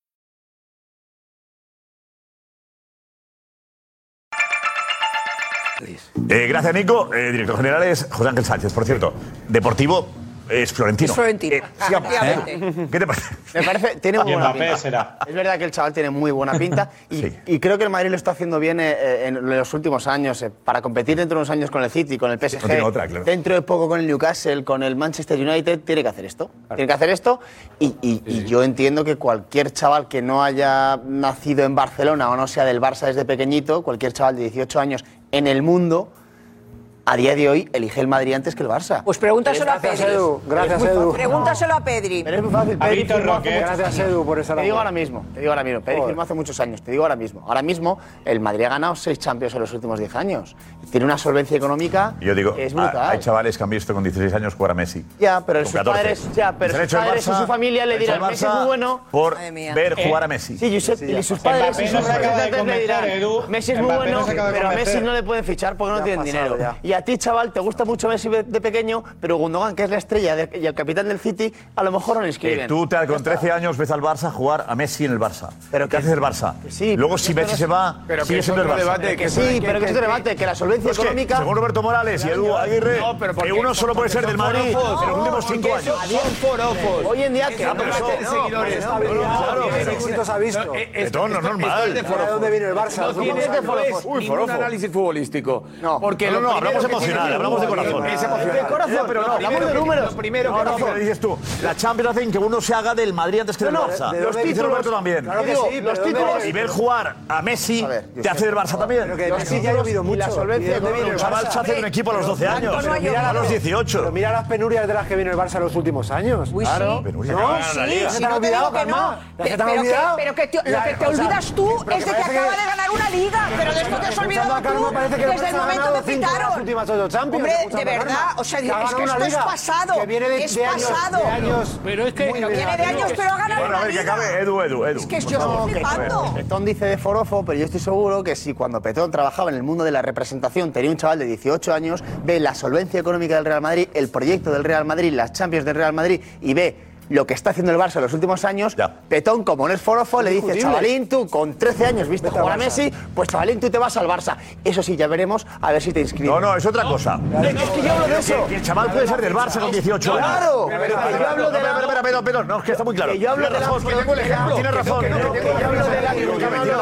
Speaker 2: Eh, gracias, Nico. Eh, director general es José Ángel Sánchez, por cierto. Deportivo es Florentino.
Speaker 7: Es Florentino,
Speaker 2: Eh, sigamos.
Speaker 7: efectivamente.
Speaker 2: ¿Qué te parece?
Speaker 18: Me parece, tiene
Speaker 2: Y
Speaker 18: muy buena
Speaker 2: Mbappé
Speaker 18: pinta.
Speaker 2: será.
Speaker 18: Es verdad que el chaval tiene muy buena pinta y,
Speaker 2: Sí.
Speaker 18: y creo que el Madrid lo está haciendo bien eh, en los últimos años eh, para competir dentro de unos años con el City, con el PSG,
Speaker 2: No tiene otra, claro.
Speaker 18: dentro de poco con el Newcastle, con el Manchester United, tiene que hacer esto. Tiene que hacer esto y, y- y yo entiendo que cualquier chaval que no haya nacido en Barcelona o no sea del Barça desde pequeñito, cualquier chaval de 18 años en el mundo, a día de hoy elige el Madrid antes que el Barça. Pues
Speaker 7: Pregúntaselo a Pedri.
Speaker 18: Gracias,
Speaker 7: Es muy
Speaker 18: Edu.
Speaker 7: fácil. Pregúntaselo a Pedri.
Speaker 18: Pero es muy fácil. Pedri firmó hace muchos
Speaker 7: Gracias,
Speaker 18: años.
Speaker 7: Edu, por esa
Speaker 18: Te digo
Speaker 7: labor.
Speaker 18: ahora mismo, te digo ahora mismo. Pedri
Speaker 7: Joder.
Speaker 18: firmó hace muchos años, te digo ahora mismo. Ahora mismo, el Madrid ha ganado seis Champions en los últimos 10 años. Tiene una solvencia económica
Speaker 2: Yo digo,
Speaker 18: que es
Speaker 2: ah,
Speaker 18: brutal.
Speaker 2: hay chavales que han visto con 16 años jugar a Messi.
Speaker 18: Ya, pero
Speaker 2: Con
Speaker 18: sus
Speaker 2: 14.
Speaker 18: padres, ya,
Speaker 2: Se
Speaker 18: pero
Speaker 2: le ha
Speaker 18: sus
Speaker 2: hecho el
Speaker 18: padres y
Speaker 2: Barça-
Speaker 18: su familia
Speaker 2: se
Speaker 18: le
Speaker 2: le ha
Speaker 18: dirán,
Speaker 2: hecho el
Speaker 18: Messi es
Speaker 2: Barça
Speaker 18: muy bueno.
Speaker 2: Por
Speaker 18: Madre mía.
Speaker 2: ver
Speaker 18: Eh,
Speaker 2: jugar a Messi.
Speaker 18: Sí, Josep, y sus padres y
Speaker 2: Mbappé
Speaker 18: sus
Speaker 2: no se acaba de
Speaker 18: representantes le dirán,
Speaker 2: convencer, Edu.
Speaker 18: Messi es muy
Speaker 2: Mbappé no
Speaker 18: bueno,
Speaker 2: se acaba de
Speaker 18: pero a
Speaker 2: convencer.
Speaker 18: Messi no le pueden fichar porque Ya no tienen ha pasado, dinero. ya. Y a ti, chaval, te gusta mucho Messi de de pequeño, pero Gundogan, que es la estrella de- y el capitán del City, a lo mejor no le
Speaker 2: Que
Speaker 18: inscriben.
Speaker 2: tú te, con 13 años ves al Barça jugar a Messi en el Barça. ¿Pero qué haces el Barça? Luego si Messi se va,
Speaker 18: Pero que
Speaker 2: sigue
Speaker 18: es
Speaker 2: siendo el
Speaker 18: otro
Speaker 2: Barça.
Speaker 18: debate, que sí, pero que es otro debate, que la solvencia
Speaker 2: Es que,
Speaker 18: económica-
Speaker 2: según Roberto Morales y Edu Aguirre, que uno solo puede ser del Madrid en los últimos 5 años.
Speaker 18: Hoy en día que
Speaker 2: Ah, pero eso-
Speaker 18: seguidores.
Speaker 12: éxitos ha visto.
Speaker 2: Betón, no es normal.
Speaker 12: ¿De dónde viene el Barça?
Speaker 10: No
Speaker 12: Los
Speaker 10: tiene
Speaker 12: grupos de
Speaker 10: no es
Speaker 12: forofos. Uy,
Speaker 10: ningún
Speaker 12: forofo.
Speaker 10: análisis futbolístico. No, porque
Speaker 2: No, no,
Speaker 10: lo
Speaker 2: no, hablamos
Speaker 10: primero que
Speaker 2: emocional,
Speaker 10: tiene-
Speaker 2: hablamos de corazón.
Speaker 10: Es emocional.
Speaker 2: De corazón,
Speaker 10: Ya,
Speaker 2: pero no,
Speaker 10: lo
Speaker 2: hablamos de
Speaker 10: primero que-
Speaker 2: números.
Speaker 10: Lo primero
Speaker 2: No,
Speaker 10: que
Speaker 2: no,
Speaker 10: tiene-
Speaker 2: pero dices tú, la Champions hacen que uno se haga del Madrid antes que
Speaker 18: No,
Speaker 2: del
Speaker 18: no,
Speaker 2: Barça.
Speaker 18: ¿de
Speaker 2: Los
Speaker 18: dónde
Speaker 2: títulos,
Speaker 18: viene?
Speaker 2: Roberto, también.
Speaker 18: Claro que
Speaker 2: Digo, los
Speaker 18: sí, pero ¿de dónde
Speaker 2: títulos.
Speaker 18: viene?
Speaker 2: Y ver jugar a Messi te hace del Barça también.
Speaker 12: Pero que de Messi ya ha llovido mucho.
Speaker 18: Y la solvencia
Speaker 12: ¿Y de dónde viene
Speaker 2: Un
Speaker 12: el
Speaker 2: chaval
Speaker 12: Barça?
Speaker 2: se hace de un equipo a los 12 años,
Speaker 12: Pero
Speaker 2: pero
Speaker 12: mira
Speaker 2: a
Speaker 12: las-
Speaker 2: los 18.
Speaker 12: Pero mira las penurias de las que viene el Barça en los últimos años.
Speaker 2: Claro. sí.
Speaker 12: No,
Speaker 2: Penurias. Acabaron la liga.
Speaker 12: ¿Se
Speaker 2: Si
Speaker 12: te han
Speaker 2: no te
Speaker 12: olvidado,
Speaker 2: digo que no.
Speaker 12: Carmá? ¿Ya se te han
Speaker 7: Pero que-
Speaker 12: olvidado?
Speaker 7: pero que te- lo
Speaker 12: Ya,
Speaker 7: que te
Speaker 12: o sea,
Speaker 7: olvidas tú
Speaker 12: pero
Speaker 7: es de que
Speaker 12: parece
Speaker 7: acaba de ganar una liga, pero de esto te has
Speaker 12: escuchando
Speaker 7: olvidado
Speaker 12: a Carmá
Speaker 7: tú
Speaker 12: parece que el
Speaker 7: desde el
Speaker 12: Barça ha
Speaker 7: momento
Speaker 12: ganado
Speaker 7: que
Speaker 12: cinco de
Speaker 7: pitaron.
Speaker 12: Las últimas ocho Champions,
Speaker 7: Hombre,
Speaker 12: escuchando
Speaker 7: de
Speaker 12: a Carmá.
Speaker 7: verdad, o sea,
Speaker 12: Que
Speaker 7: es
Speaker 12: ha ganado
Speaker 7: que
Speaker 12: una
Speaker 7: esto es
Speaker 12: liga
Speaker 7: pasado,
Speaker 12: Que viene de,
Speaker 7: es
Speaker 12: de años,
Speaker 7: pasado.
Speaker 12: De años
Speaker 13: Pero es que
Speaker 12: muy bien.
Speaker 7: viene de años, pero ha ganado
Speaker 2: Bueno, a
Speaker 7: una
Speaker 2: ver, que
Speaker 7: liga.
Speaker 2: acabe Edu, Edu, Edu.
Speaker 7: Es que
Speaker 2: por
Speaker 7: yo-
Speaker 2: favor.
Speaker 7: estoy flipando.
Speaker 18: Petón dice de forofo, pero yo estoy seguro que si cuando Petón trabajaba en el mundo de la representación tenía un chaval de 18 años, ve la solvencia económica del Real Madrid, el proyecto del Real Madrid, las Champions del Real Madrid y ve lo que está haciendo el Barça en los últimos años, Petón, como no es forofo, le dice,
Speaker 12: Indiscutible.
Speaker 18: chavalín, tú con 13 años viste
Speaker 12: Vete al
Speaker 18: jugar a
Speaker 12: Barça.
Speaker 18: Messi, pues chavalín, tú te vas al Barça. Eso sí, ya veremos a ver si te inscribes.
Speaker 2: No, no, es otra cosa.
Speaker 18: Es que yo hablo de eso.
Speaker 2: Que- que el chaval puede ser del Barça con 18 años.
Speaker 18: ¡Claro!
Speaker 2: Pero, pero,
Speaker 18: Que yo hablo de
Speaker 2: pero,
Speaker 18: la-
Speaker 2: pero, pero, pero, pero, no, es que está muy claro.
Speaker 18: Que yo hablo
Speaker 2: Tienes
Speaker 18: de la-
Speaker 2: razón, que tengo el ejemplo. Tienes
Speaker 10: ¿eh?
Speaker 2: razón.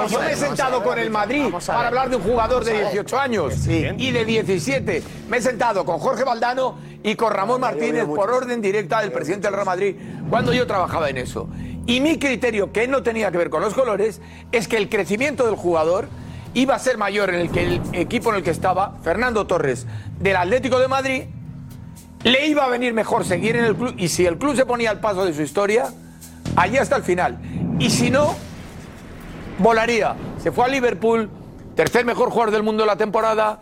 Speaker 10: Yo me he sentado con el Madrid para hablar de un jugador de 18 años y de 17. Me he sentado con Jorge Valdano y con Ramón Martínez por orden directa del presidente del Real Madrid cuando yo trabajaba en eso. Y mi criterio, que no tenía que ver con los colores, es que el crecimiento del jugador iba a ser mayor en el que el equipo en el que estaba, Fernando Torres, del Atlético de Madrid, le iba a venir mejor seguir en el club y si el club se ponía al paso de su historia, allí hasta el final. Y si no, volaría. Se fue a Liverpool, tercer mejor jugador del mundo de la temporada,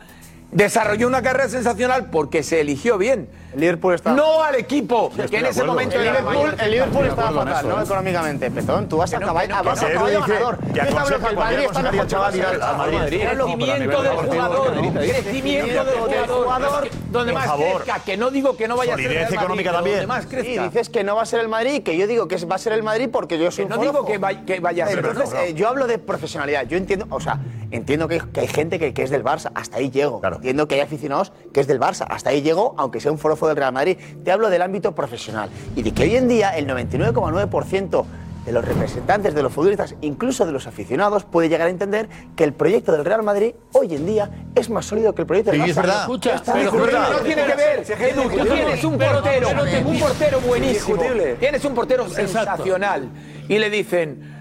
Speaker 10: Desarrolló una carrera sensacional porque se eligió bien. El Liverpool estaba... No al equipo, que en ese momento
Speaker 18: el
Speaker 10: era
Speaker 18: Liverpool,
Speaker 10: mayor.
Speaker 18: el Liverpool estaba fatal, ¿no? Económicamente. Petón, tú vas a caballo, vas a caballo ganador. Yo te hablo que el Madrid está mejor.
Speaker 10: Crecimiento del jugador. Crecimiento del jugador. Donde
Speaker 18: Por
Speaker 10: más
Speaker 18: favor.
Speaker 10: crezca, que no digo que no vaya a ser. el Real Madrid, pero Donde más
Speaker 18: Y
Speaker 10: crezca.
Speaker 18: dices que no va a ser el Madrid, que yo digo que va a ser el Madrid porque yo soy
Speaker 10: Que
Speaker 18: un
Speaker 10: no digo
Speaker 18: forofo.
Speaker 10: que vaya- que vaya a ser.
Speaker 18: Entonces,
Speaker 10: Claro.
Speaker 18: eh, yo hablo de profesionalidad. Yo entiendo, o sea, entiendo que, que hay gente que, que es del Barça, hasta ahí llego. Entiendo que hay aficionados que es del Barça, hasta ahí llego, aunque sea un forofo del Real Madrid. Te hablo del ámbito profesional y de que hoy en día el 99,9% de los representantes de los futbolistas, incluso de los aficionados, puede llegar a entender que el proyecto del Real Madrid hoy en día es más sólido que el proyecto del
Speaker 10: Sí,
Speaker 18: Barça.
Speaker 10: es verdad. Escucha, pero es verdad. No tiene que ver, Edu, tú tienes un portero, un portero buenísimo. Tienes un portero sensacional. Y le dicen,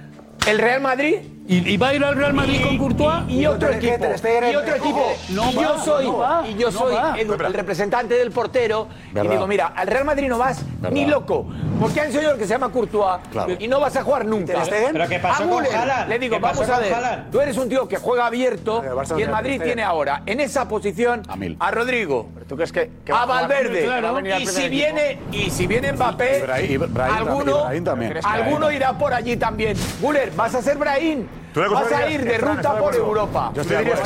Speaker 10: el Real Madrid.
Speaker 13: ¿Y, va a ir al Real Madrid con Courtois?
Speaker 10: Y, otro
Speaker 13: Ter
Speaker 10: equipo.
Speaker 13: Stegen.
Speaker 10: Y otro equipo.
Speaker 13: No
Speaker 10: y
Speaker 13: va,
Speaker 10: yo soy,
Speaker 13: no va,
Speaker 10: y yo
Speaker 13: no
Speaker 10: soy
Speaker 13: va.
Speaker 10: Edu, el representante del portero. Y
Speaker 13: Verdad.
Speaker 10: digo, mira, al Real Madrid no vas ni
Speaker 13: Verdad.
Speaker 10: loco. Porque han sido el que se llama Courtois.
Speaker 13: Claro.
Speaker 10: Y no vas a jugar nunca.
Speaker 13: Ter Stegen. Pero ¿qué pasó
Speaker 10: A
Speaker 13: con
Speaker 10: Müller
Speaker 13: Haaland?
Speaker 10: Le digo,
Speaker 13: ¿Qué pasó
Speaker 10: vamos a
Speaker 13: con
Speaker 10: ver.
Speaker 13: Haaland?
Speaker 10: Tú eres un tío que juega abierto.
Speaker 13: no
Speaker 10: y el
Speaker 13: tiene
Speaker 10: Madrid
Speaker 13: Ter Stegen.
Speaker 10: tiene ahora en esa posición a, Rodrigo.
Speaker 18: ¿Tú crees que,
Speaker 10: a,
Speaker 18: va a jugar?
Speaker 10: Valverde?
Speaker 18: Claro. Va a venir al
Speaker 10: Y
Speaker 18: primer
Speaker 10: si
Speaker 18: equipo.
Speaker 10: viene y si viene Mbappé,
Speaker 8: Y Brahim- y Brahim también,
Speaker 10: alguno,
Speaker 8: y Brahim también. ¿Crees que
Speaker 10: alguno
Speaker 8: Brahim?
Speaker 10: irá por allí también. Guller, vas a ser Brahim.
Speaker 8: Tú le
Speaker 10: Vas a
Speaker 8: cogerías-
Speaker 10: ir de
Speaker 8: Fran,
Speaker 10: ruta
Speaker 8: estoy de
Speaker 10: por
Speaker 8: acuerdo.
Speaker 10: Europa.
Speaker 8: Yo estoy de acuerdo.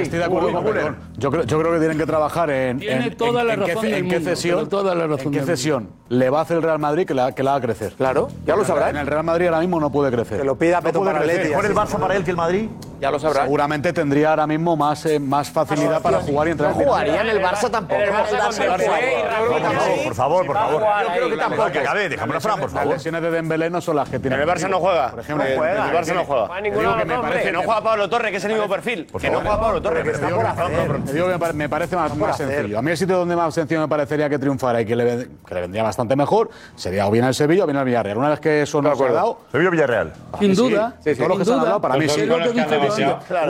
Speaker 8: Estoy de acuerdo con Perdón. Yo creo, yo creo que tienen que trabajar en.
Speaker 13: Tiene
Speaker 8: en-
Speaker 13: toda
Speaker 8: en-
Speaker 13: la
Speaker 8: en qué
Speaker 13: razón
Speaker 8: ce-
Speaker 13: del
Speaker 8: en qué
Speaker 13: mundo,
Speaker 8: cesión-
Speaker 13: tiene toda la razón
Speaker 8: ¿En qué
Speaker 13: del
Speaker 8: cesión le va a hacer el Real Madrid que la, que la haga crecer? Claro,
Speaker 10: ya lo sabrá.
Speaker 8: En el Real Madrid ahora mismo no puede crecer. Que lo
Speaker 12: pida
Speaker 8: Petón
Speaker 2: para el Atleti, así.
Speaker 8: para él que el Madrid?
Speaker 10: Ya lo sabrá.
Speaker 8: Seguramente tendría ahora mismo más, eh, más facilidad para jugar y entrar
Speaker 18: No jugaría en el Barça tampoco.
Speaker 8: En el Barça
Speaker 18: El
Speaker 8: con
Speaker 18: Barça
Speaker 8: Dembélé y
Speaker 18: tampoco.
Speaker 8: Raúl Jiménez.
Speaker 2: Por favor, por favor.
Speaker 8: Yo creo que tampoco.
Speaker 2: Que acabe, dejamos a Fran, por
Speaker 8: Las
Speaker 2: favor.
Speaker 8: lesiones de Dembélé no son las que tiene.
Speaker 9: En el Barça no juega.
Speaker 8: Por ejemplo,
Speaker 9: Eh, en el Barça no juega.
Speaker 8: Te
Speaker 9: Ninguno
Speaker 8: digo
Speaker 9: de
Speaker 8: que
Speaker 9: los
Speaker 8: me
Speaker 9: dos,
Speaker 8: parece-
Speaker 9: hombre. No juega Pablo Torres, que es el mismo perfil. Que no juega Pablo Torres.
Speaker 8: Te digo que me- te digo que me pare- me parece más, más sencillo. A mí el sitio donde más sencillo me parecería que triunfara y que le, ven- que le vendría bastante mejor sería o bien el Sevilla o bien el Villarreal. Una vez que eso no se ha dado...
Speaker 2: Sevilla-Villarreal.
Speaker 8: Sin duda. todos los que se han hablado, para mí sí.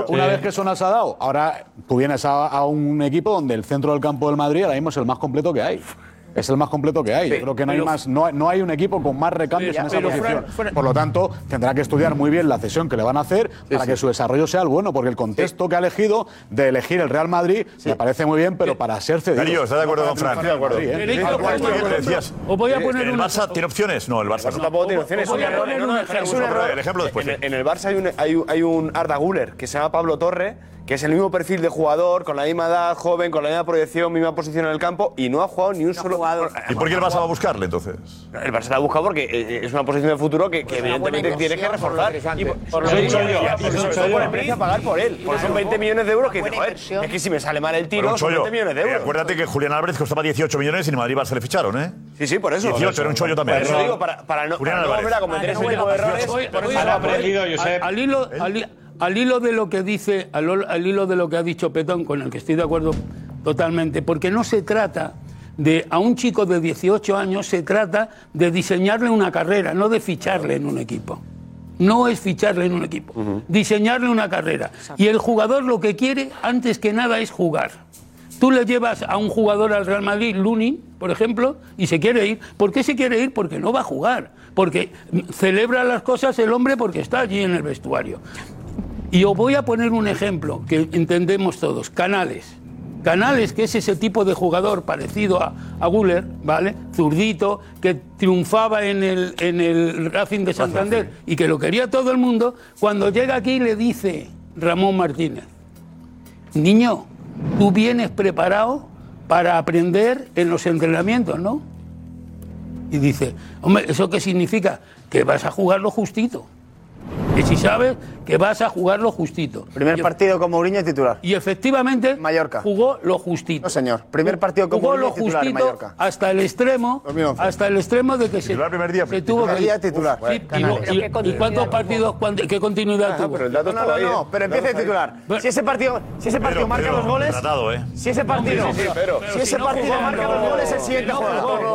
Speaker 8: Una vez que eso no se ha dado, ahora tú vienes a, a un equipo donde el centro del campo del Madrid ahora mismo es el más completo que hay. Es el más completo que hay. Yo creo que no hay,
Speaker 9: pero-
Speaker 8: más, no, hay- no hay un equipo con más recambios
Speaker 9: Sí,
Speaker 8: en esa
Speaker 9: pero
Speaker 8: posición.
Speaker 9: fuera- fuera-
Speaker 8: Por lo tanto, tendrá que estudiar muy bien la cesión que le van a hacer para que su desarrollo sea el bueno, porque el contexto que ha elegido de elegir el Real Madrid me parece muy bien, pero para ser cedido.
Speaker 2: Darío, ¿estás de acuerdo
Speaker 8: No
Speaker 2: con
Speaker 8: para
Speaker 2: Fran?
Speaker 8: triunfar en el Madrid, ¿eh?
Speaker 2: Os voy a poner ¿El Barça tiene opciones? No, el Barça no.
Speaker 9: tampoco tiene opciones.
Speaker 2: Os voy a
Speaker 9: No, no,
Speaker 2: poner
Speaker 9: no,
Speaker 2: un
Speaker 9: no, espera,
Speaker 2: ejemplo.
Speaker 9: un error.
Speaker 2: El ejemplo después,
Speaker 9: En el- En el Barça hay un, hay, un- hay un Arda Güler que se llama Pablo Torre, que es el mismo perfil de jugador, con la misma edad, joven, con la misma proyección, misma posición en el campo y no ha jugado ni un solo jugador.
Speaker 2: ¿Y por qué el Barça va a buscarle entonces?
Speaker 9: El Barça la busca porque eh, es una posición de futuro que, que
Speaker 2: Pues
Speaker 9: evidentemente tienes que reforzar. Y por, por lo
Speaker 2: Soy
Speaker 9: que-
Speaker 2: yo,
Speaker 9: y- y-
Speaker 2: soy
Speaker 9: y sobre
Speaker 2: yo.
Speaker 9: todo por el precio a pagar por él. Por esos 20 millones de euros que dices, joder, es que si me sale mal el tiro,
Speaker 2: Bueno,
Speaker 9: son
Speaker 2: chollo.
Speaker 9: 20 millones de
Speaker 2: Eh,
Speaker 9: euros.
Speaker 2: acuérdate que Julián Álvarez costaba 18 millones y en Madrid Barça le ficharon, ¿eh?
Speaker 9: Sí, sí, por eso.
Speaker 2: 18,
Speaker 9: Por eso.
Speaker 2: era un chollo también.
Speaker 9: Por eso digo, para, para no,
Speaker 2: Julián
Speaker 9: para no volver a
Speaker 2: Álvarez.
Speaker 9: cometer ese
Speaker 2: Ah,
Speaker 9: tipo de errores.
Speaker 13: Voy-
Speaker 9: por
Speaker 13: voy
Speaker 9: eso
Speaker 13: a-
Speaker 9: va
Speaker 13: voy-
Speaker 9: por ahí.
Speaker 13: al, al hilo, al, hi- al hilo de lo que dice, al, hol- al hilo de lo que ha dicho Petón, con el que estoy de acuerdo totalmente, porque no se trata de a un chico de 18 años se trata de diseñarle una carrera, no de ficharle en un equipo. No es ficharle en un equipo, diseñarle una carrera. Y el jugador lo que quiere antes que nada es jugar. Tú le llevas a un jugador al Real Madrid, Lunin, por ejemplo, y se quiere ir. ¿Por qué se quiere ir? Porque no va a jugar. Porque mm, celebra las cosas el hombre porque está allí en el vestuario. Y os voy a poner un ejemplo que entendemos todos. Canales. Canales, que es ese tipo de jugador parecido a, a Guller, ¿vale? Zurdito, que triunfaba en el, en el Racing de Santander y que lo quería todo el mundo, cuando llega aquí le dice Ramón Martínez, niño, tú vienes preparado para aprender en los entrenamientos, ¿no? Y dice, hombre, ¿eso qué significa? Que vas a jugar lo justito. Que si sabes que vas a jugar lo justito.
Speaker 18: Primer partido con Mourinho titular.
Speaker 13: Y efectivamente
Speaker 18: Mallorca.
Speaker 13: jugó lo justito.
Speaker 18: No, señor. Primer partido con
Speaker 13: Jugó
Speaker 18: Mourinho
Speaker 13: lo
Speaker 18: titular en
Speaker 13: justito
Speaker 18: Mallorca.
Speaker 13: hasta el extremo, hasta el extremo de que se, se tuvo
Speaker 18: primer
Speaker 13: que
Speaker 18: día
Speaker 13: ir.
Speaker 18: titular. Ah, Bueno,
Speaker 13: Sí, y,
Speaker 18: Canales.
Speaker 13: y-
Speaker 18: Pero qué
Speaker 13: y
Speaker 18: continuidad,
Speaker 13: cuántos
Speaker 18: ojo.
Speaker 13: partidos, cuándo- qué continuidad tuvo?
Speaker 18: No, no, no, no, pero empieza de titular. Si ese partido, si ese partido marca dos goles,
Speaker 2: tratado, ¿eh?
Speaker 18: si ese partido,
Speaker 2: Sí, sí, sí, pero-
Speaker 18: si ese
Speaker 2: Pero si no
Speaker 18: partido
Speaker 2: jugó,
Speaker 18: marca
Speaker 2: no.
Speaker 18: dos goles, el
Speaker 2: Que
Speaker 18: siguiente
Speaker 2: no
Speaker 18: juega.
Speaker 2: jugó,
Speaker 18: No,
Speaker 2: que no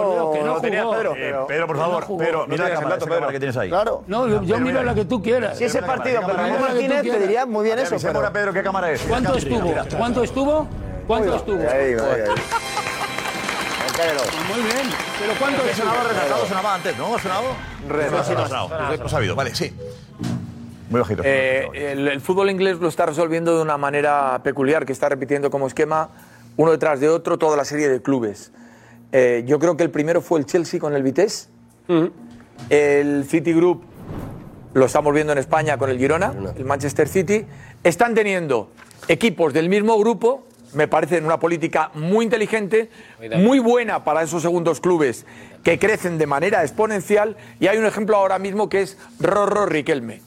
Speaker 2: jugó.
Speaker 18: Pedro.
Speaker 2: Eh, Pedro, por
Speaker 18: Que no
Speaker 2: favor,
Speaker 18: jugó.
Speaker 2: Pedro, mira la
Speaker 18: tenías el
Speaker 2: cámara,
Speaker 18: dato,
Speaker 2: esa cámara que tienes ahí.
Speaker 18: Claro.
Speaker 13: No, yo, yo miro la que tú quieras.
Speaker 18: Si ese partido con Ramón Martínez, te diría muy bien eso,
Speaker 2: Pero ahora, Pedro, ¿qué cámara es?
Speaker 13: ¿Cuánto estuvo? ¿Cuánto estuvo? ¿Cuánto estuvo? Muy bien. ¿Pero cuánto
Speaker 2: Sonaba
Speaker 13: estuvo?
Speaker 2: retrasado, sonaba antes, ¿no? ¿Ha sonado?
Speaker 13: Retrasado.
Speaker 2: No ha sonado. No ha sabido, vale, sí. Muy bajito.
Speaker 10: Eh, el, el fútbol inglés lo está resolviendo de una manera peculiar, que está repitiendo como esquema uno detrás de otro toda la serie de clubes. Eh, yo creo que el primero fue el Chelsea con el Vitesse. El City Group lo estamos viendo en España con el Girona, el Manchester City. Están teniendo equipos del mismo grupo, me parece en una política muy inteligente, muy buena para esos segundos clubes que crecen de manera exponencial. Y hay un ejemplo ahora mismo que es Rorro Riquelme.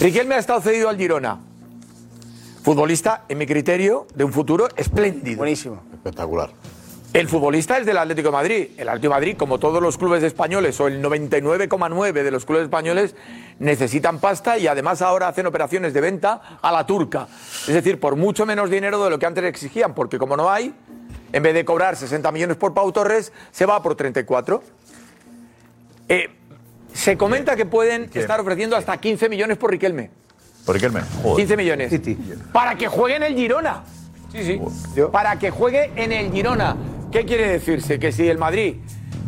Speaker 10: Riquelme ha estado cedido al Girona. Futbolista, en mi criterio, de un futuro espléndido. Buenísimo.
Speaker 8: Espectacular.
Speaker 10: El futbolista es del Atlético de Madrid. El Atlético de Madrid, como todos los clubes españoles, o el 99,9 de los clubes españoles, necesitan pasta y además ahora hacen operaciones de venta a la turca. Es decir, por mucho menos dinero de lo que antes exigían, porque como no hay, en vez de cobrar 60 millones por Pau Torres, se va por 34. Eh, se comenta que pueden
Speaker 2: ¿Quién?
Speaker 10: estar ofreciendo hasta 15 millones por Riquelme.
Speaker 2: Por Riquelme. Joder.
Speaker 10: 15 millones. Para que juegue en el Girona. Sí, sí. Para que juegue en el Girona. ¿Qué quiere decirse? Que si el Madrid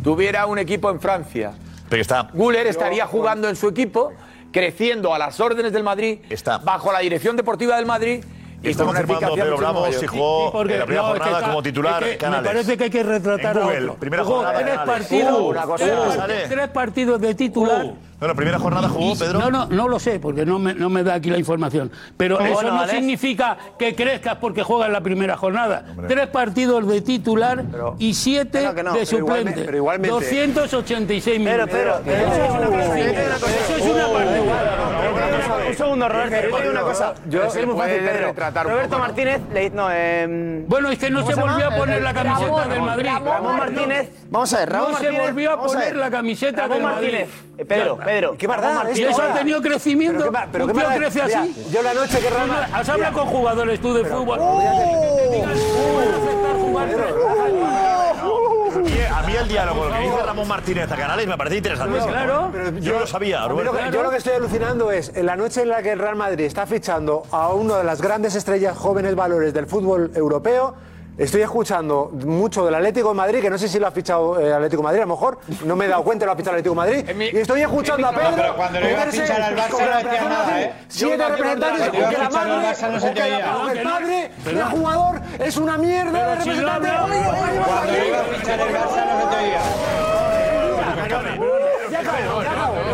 Speaker 10: tuviera un equipo en Francia,
Speaker 2: Pero está.
Speaker 10: Guller estaría jugando en su equipo, creciendo a las órdenes del Madrid, bajo la dirección deportiva del Madrid. Y
Speaker 2: Está
Speaker 10: con una
Speaker 2: confirmando
Speaker 10: eficacia
Speaker 2: Pedro
Speaker 10: mucho
Speaker 2: Bravo
Speaker 10: mayor.
Speaker 2: si jugó en la primera
Speaker 13: no, es que
Speaker 2: jornada
Speaker 13: está-
Speaker 2: como titular.
Speaker 13: es que me
Speaker 2: Canales.
Speaker 13: parece que hay que retratar
Speaker 2: En
Speaker 13: a
Speaker 2: Google,
Speaker 13: otro.
Speaker 2: primera
Speaker 13: Jugó
Speaker 2: jornada.
Speaker 13: tres
Speaker 2: Canales. Uh,
Speaker 13: partidos,
Speaker 2: una cosa,
Speaker 13: tres,
Speaker 2: sale.
Speaker 13: tres partidos de titular.
Speaker 2: No, la primera jornada jugó
Speaker 13: Y-
Speaker 2: Pedro.
Speaker 13: No, no, no lo sé, porque no me, no me da aquí la información. Pero
Speaker 2: Bueno,
Speaker 13: eso no
Speaker 2: Alex.
Speaker 13: significa que crezcas porque juegas la primera jornada.
Speaker 2: Hombre.
Speaker 13: Tres partidos de titular y siete
Speaker 12: que no,
Speaker 13: de
Speaker 12: pero igualme-
Speaker 13: suplente.
Speaker 12: pero igualmente-
Speaker 13: 286 minutos.
Speaker 12: pero, pero-
Speaker 13: eso es una partida. Eso es una partida.
Speaker 19: Un segundo, Roberto. Yo te digo una cosa.
Speaker 13: Yo-
Speaker 19: Es muy fácil,
Speaker 13: puede
Speaker 19: Pedro.
Speaker 13: retratar un
Speaker 19: Roberto
Speaker 13: poco, ¿no?
Speaker 19: Martínez le no, eh,
Speaker 13: Bueno, es que no
Speaker 19: ¿cómo
Speaker 13: se volvió
Speaker 19: llama?
Speaker 13: a poner la
Speaker 19: Eh,
Speaker 13: camiseta
Speaker 19: Ramón,
Speaker 13: del Madrid.
Speaker 19: Ramón,
Speaker 13: Ramón
Speaker 19: Martínez.
Speaker 13: no.
Speaker 19: Vamos a ver, Ramón
Speaker 13: No se
Speaker 19: Martínez.
Speaker 13: volvió a
Speaker 19: vamos
Speaker 13: poner
Speaker 19: ver.
Speaker 13: la camiseta
Speaker 19: Ramón
Speaker 13: del Madrid.
Speaker 19: Martínez. Eh, Pedro,
Speaker 13: Ya.
Speaker 19: Pedro.
Speaker 13: Qué verdad,
Speaker 19: Ramón
Speaker 13: ¿Y eso ha tenido crecimiento?
Speaker 19: Pero qué va- pero
Speaker 13: ¿Un
Speaker 19: qué
Speaker 13: tío
Speaker 19: maldad.
Speaker 13: crece
Speaker 19: Mira,
Speaker 13: así?
Speaker 19: yo la noche que
Speaker 13: Has
Speaker 19: Ramón-
Speaker 13: habla- Has
Speaker 19: mira.
Speaker 13: hablado con jugadores tú de fútbol.
Speaker 15: uh,
Speaker 2: A mí- A mí el diálogo, lo que dice Ramón Martínez a Canales me parece interesante.
Speaker 12: Claro. Pero
Speaker 2: Yo no lo sabía,
Speaker 12: A mí
Speaker 2: Roberto.
Speaker 12: lo que- yo lo que estoy alucinando es, en la noche en la que el Real Madrid está fichando a una de las grandes estrellas jóvenes valores del fútbol europeo, estoy escuchando mucho del Atlético de Madrid, que no sé si lo ha fichado el Atlético de Madrid, a lo mejor no me he dado cuenta, lo ha fichado el Atlético de Madrid, y estoy escuchando a
Speaker 3: No, pero
Speaker 12: Pedro...
Speaker 3: cuando le iba a
Speaker 12: meterse
Speaker 3: fichar al Barça
Speaker 12: con
Speaker 3: no
Speaker 12: la
Speaker 3: decía
Speaker 12: operación
Speaker 3: nada,
Speaker 12: de
Speaker 3: ¿eh? Yo
Speaker 12: Siete
Speaker 3: cuando-
Speaker 12: representantes, o
Speaker 3: cuando iba a
Speaker 12: que la
Speaker 3: fichar al
Speaker 12: madre,
Speaker 3: Barça no se
Speaker 12: o que
Speaker 3: entendía.
Speaker 12: la- o que el padre
Speaker 3: Pero-
Speaker 12: del jugador es una mierda de representante...
Speaker 3: Cuando iba a fichar el Barça no se te oía.
Speaker 12: Ya acabo, ya acabo, ya acabo.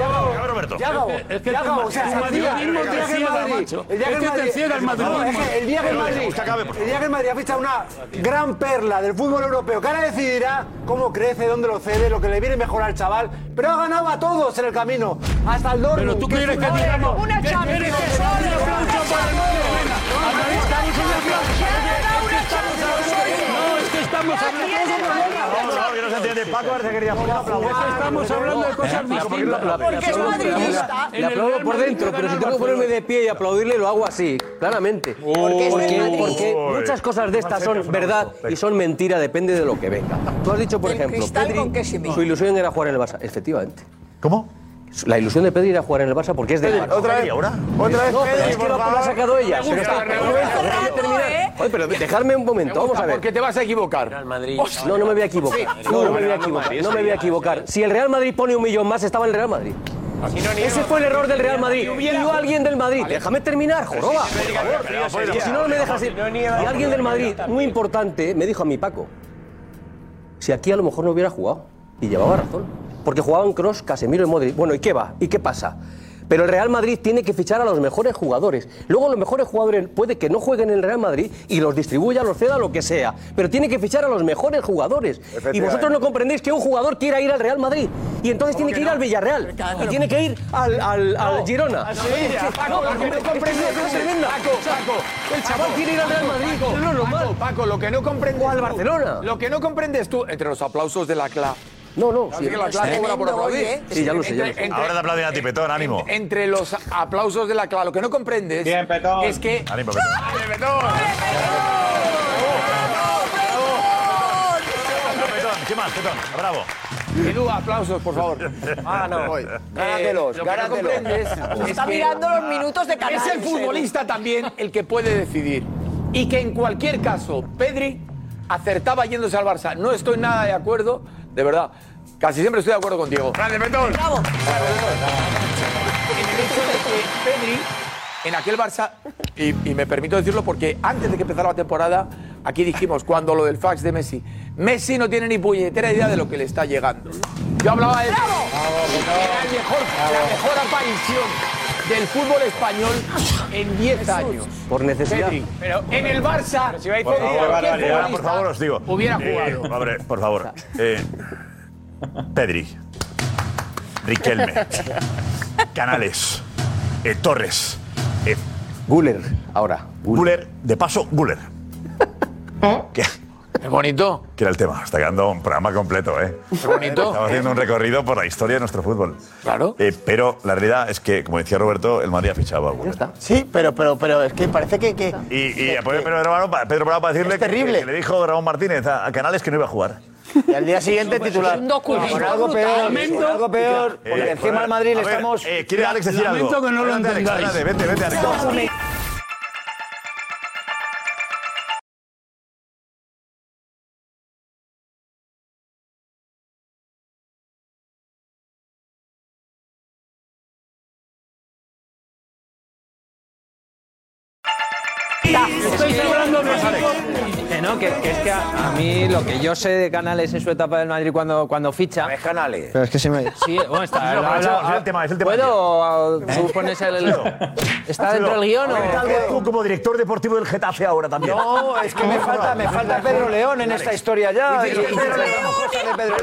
Speaker 12: Ya acabo,
Speaker 13: Es que
Speaker 12: ya
Speaker 13: tu
Speaker 12: acabo.
Speaker 13: ma-
Speaker 12: O sea,
Speaker 13: tu
Speaker 12: se hacía-
Speaker 13: madridismo
Speaker 12: el
Speaker 13: te
Speaker 12: día que el
Speaker 13: ciega,
Speaker 12: Madrid-
Speaker 13: macho.
Speaker 12: el día que
Speaker 13: Es que
Speaker 12: el
Speaker 13: te
Speaker 12: Madrid-
Speaker 13: ciega el
Speaker 12: No,
Speaker 13: madridismo.
Speaker 12: es que El día que el
Speaker 13: Pero,
Speaker 12: Madrid,
Speaker 13: que acabe, por
Speaker 12: el día que el Madrid ha fichado una gran perla del fútbol europeo, que ahora decidirá cómo crece, dónde lo cede, lo que le viene mejor al chaval, pero ha ganado a todos en el camino, hasta el Dortmund.
Speaker 13: Pero tú quieres que digamos. ¿qué quieres que sea? Un aplauso para el Madrid. Venga, aplauso. No, es que estamos hablando.
Speaker 2: Claro que no se entiende. Paco parece que quería
Speaker 13: Estamos hablando de cosas distintas.
Speaker 7: Porque es madridista.
Speaker 6: Le aplaudo por dentro, pero si tengo que ponerme de pie y aplaudirle, lo hago así, claramente.
Speaker 7: Porque es del
Speaker 6: porque,
Speaker 7: Madrid.
Speaker 6: porque
Speaker 7: Uy.
Speaker 6: muchas cosas de estas
Speaker 7: Marcelo,
Speaker 6: son verdad y son mentira, depende de lo que venga. Tú has dicho, por
Speaker 7: Del
Speaker 6: ejemplo,
Speaker 7: cristal
Speaker 6: Pedri,
Speaker 7: con que se mide.
Speaker 6: su ilusión era jugar en el Barça. Efectivamente.
Speaker 2: ¿Cómo?
Speaker 6: La ilusión de Pedri era jugar en el Barça porque es del
Speaker 2: Pedri,
Speaker 6: Barça.
Speaker 2: ¿otra vez? ¿Y ahora?
Speaker 6: ¿Otra vez? No, pero
Speaker 2: Pedri,
Speaker 6: es que
Speaker 2: por
Speaker 6: la la ha
Speaker 2: favor.
Speaker 6: sacado ella.
Speaker 2: Me
Speaker 6: Pero
Speaker 2: gusta,
Speaker 6: está-
Speaker 2: me
Speaker 6: Roberto,
Speaker 2: gusta.
Speaker 6: déjame terminar. Oye, pero dejadme un momento, vamos a ver.
Speaker 10: eh. Porque te vas a equivocar.
Speaker 6: Os- No, no me voy a equivocar. No, no me voy a equivocar. No me voy a equivocar. Si el Real Madrid pone un millón más, estaba en el Real Madrid. Ese fue el error del Real Madrid. Vio a alguien del Madrid. Déjame terminar, joroba. por favor.
Speaker 11: sería.
Speaker 6: Si no, no me dejas ir. Y alguien del Madrid, muy importante, me dijo a mi Paco: si aquí a lo mejor no hubiera jugado. Y llevaba razón. Porque jugaban Cross, Casemiro y Modric. Bueno, ¿y qué va? ¿Y qué pasa? Pero el Real Madrid tiene que fichar a los mejores jugadores. Luego los mejores jugadores puede que no jueguen en el Real Madrid y los distribuya, los ceda, lo que sea. Pero tiene que fichar a los mejores jugadores. Y vosotros no comprendéis que un jugador quiera ir al Real Madrid. Y entonces tiene que ir al Villarreal. Y tiene que ir al, al- al Girona.
Speaker 11: al Sevilla.
Speaker 6: Sí, sí,
Speaker 11: Paco,
Speaker 6: no,
Speaker 11: lo que
Speaker 6: es
Speaker 11: no
Speaker 6: que
Speaker 11: comprendes
Speaker 6: es una
Speaker 11: es-
Speaker 6: tremenda.
Speaker 11: Paco, Paco,
Speaker 6: El chaval
Speaker 11: Paco,
Speaker 6: quiere ir al Real
Speaker 11: Paco,
Speaker 6: Madrid.
Speaker 11: Paco,
Speaker 6: Es lo normal.
Speaker 10: Paco, lo que no comprendes.
Speaker 6: O al Barcelona.
Speaker 10: Lo que no comprendes tú, entre los aplausos de la CLA.
Speaker 6: No, no. ¿Eh?
Speaker 10: sí, que la CLA cobra por aplaudir.
Speaker 7: eh.
Speaker 6: Sí, ya lo sé, ya lo
Speaker 10: Entre-
Speaker 6: sé.
Speaker 10: entre-
Speaker 2: Ahora te aplauden a ti, Petón, ánimo.
Speaker 10: Entre los aplausos de la CLA, lo que no comprendes es que
Speaker 2: Ánimo, Petón. No, Petón, ¿qué más, Petón? Bravo.
Speaker 10: Edu, aplausos, por favor. Ah, no.
Speaker 2: Voy.
Speaker 7: Eh,
Speaker 10: Gáratelos, lo que no comprendes es
Speaker 7: Está
Speaker 10: que
Speaker 7: mirando los minutos de Canales.
Speaker 10: Es el futbolista también el que puede decidir. Y que en cualquier caso, Pedri acertaba yéndose al Barça. No estoy nada de acuerdo, de verdad. Casi siempre estoy de acuerdo con Diego.
Speaker 2: Grande, Petón.
Speaker 7: Bravo.
Speaker 10: En el hecho de que Pedri en aquel Barça, y, y me permito decirlo porque antes de que empezara la temporada, aquí dijimos, cuando lo del fax de Messi, Messi no tiene ni puñetera idea de lo que le está llegando. Yo hablaba de eso. Era el mejor, la mejor aparición del fútbol español en 10 años.
Speaker 6: Por necesidad.
Speaker 10: Pedri. Pero en el Barça,
Speaker 2: Por
Speaker 10: ¿qué
Speaker 2: favor, ahora, por
Speaker 10: futbolista
Speaker 2: favor, os digo.
Speaker 10: hubiera
Speaker 2: Eh,
Speaker 10: jugado?
Speaker 2: hombre, por favor. Eh, Pedri. Riquelme. Canales. eh, Torres. eh,
Speaker 6: Guller, ahora.
Speaker 2: Guller. De paso, Guller. ¿Qué?
Speaker 10: Es bonito.
Speaker 2: Que era el tema. Está quedando un programa completo, ¿eh?
Speaker 10: Es bonito.
Speaker 2: Estamos haciendo un recorrido por la historia de nuestro fútbol. Eh,
Speaker 10: Claro.
Speaker 2: pero la realidad es que, como decía Roberto, el Madrid ha fichado a Guller.
Speaker 18: Sí, pero, pero, pero es que parece que. que
Speaker 2: Y, y a Pedro Bravo, pa- Pedro Bravo para decirle
Speaker 18: Es terrible.
Speaker 2: Que, que le dijo Ramón Martínez a, a Canales que no iba a jugar.
Speaker 18: y al día siguiente titular.
Speaker 14: Por algo peor, por algo peor, porque encima al Madrid le
Speaker 2: a ver,
Speaker 14: estamos...
Speaker 2: eh, ¿Quiere Alex decir algo?
Speaker 14: Lamento que no lo
Speaker 2: Adelante, Alex,
Speaker 14: entendáis.
Speaker 2: adelante, Vete, vete, Alex.
Speaker 17: Estoy hablando de
Speaker 15: Que no, que, que es que a, a mí lo que yo sé de Canales en su etapa del Madrid cuando, cuando ficha. Es Canales.
Speaker 14: Pero es que se me...
Speaker 15: Sí, bueno, está.
Speaker 2: No, pero
Speaker 15: habla-
Speaker 2: es el-
Speaker 15: habla-
Speaker 2: es el tema, es el tema.
Speaker 15: ¿Puedo
Speaker 2: ¿Eh?
Speaker 15: tú pones el.
Speaker 2: Chulo.
Speaker 15: ¿Está dentro del guión o.?
Speaker 2: tú como director deportivo del Getafe ahora también?
Speaker 14: No, es que me falta, me falta Pedro León en esta historia ya.
Speaker 2: Dices que Pedro León,
Speaker 14: cosas de Pedro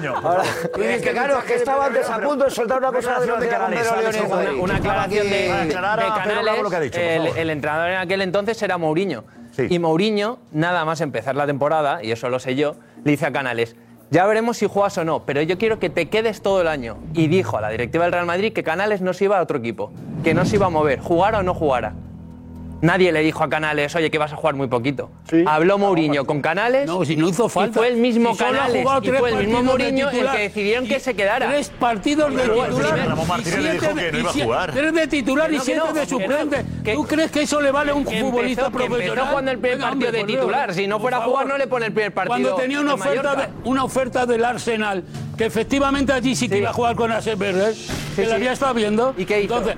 Speaker 14: León. Ahora, es que claro, es que estaba antes a punto de soltar una cosa
Speaker 15: Declaración de Canales, Alex, una, una aclaración de,
Speaker 14: Para aclarar
Speaker 15: de
Speaker 14: a Pedro
Speaker 15: Canales.
Speaker 14: Bravo lo que ha dicho, por
Speaker 15: el,
Speaker 14: favor.
Speaker 15: el entrenador en aquel entonces era Mourinho. Y Mourinho, nada más empezar la temporada, y eso lo sé yo, le dice a Canales. Ya veremos si juegas o no, pero yo quiero que te quedes todo el año. Y dijo a la directiva del Real Madrid que Canales no se iba a otro equipo, que no se iba a mover, jugara o no jugara. Nadie le dijo a Canales, oye, que vas a jugar muy poquito. Habló Mourinho con Canales. No,
Speaker 13: si no hizo falta.
Speaker 15: Y fue el mismo
Speaker 13: Si solo ha
Speaker 15: Canales.
Speaker 13: jugado
Speaker 15: Y
Speaker 13: tres
Speaker 15: fue el mismo
Speaker 13: partidos de
Speaker 15: Mourinho el
Speaker 13: titular.
Speaker 15: que decidieron que se quedara.
Speaker 13: Tres partidos de
Speaker 15: Jugó el
Speaker 13: titular.
Speaker 15: primer-
Speaker 13: y siete de- y siete- Tres de titular
Speaker 15: Que
Speaker 13: y
Speaker 15: no, que
Speaker 13: siete de
Speaker 15: no, que no,
Speaker 13: suplente.
Speaker 15: que-
Speaker 13: ¿Tú crees que eso le vale a un
Speaker 15: que empezó-
Speaker 13: futbolista
Speaker 15: que empezó
Speaker 13: profesional?
Speaker 15: jugando el primer
Speaker 13: Venga,
Speaker 15: partido
Speaker 13: hombre,
Speaker 15: de
Speaker 13: por Dios.
Speaker 15: titular. Si no
Speaker 13: Por
Speaker 15: fuera a jugar,
Speaker 13: favor.
Speaker 15: no le pone el primer partido
Speaker 13: Cuando tenía una
Speaker 15: en
Speaker 13: oferta,
Speaker 15: Mallorca.
Speaker 13: de- una oferta del Arsenal, que efectivamente allí sí que iba a jugar con Asen Berger, que la había estado viendo. ¿Y Entonces,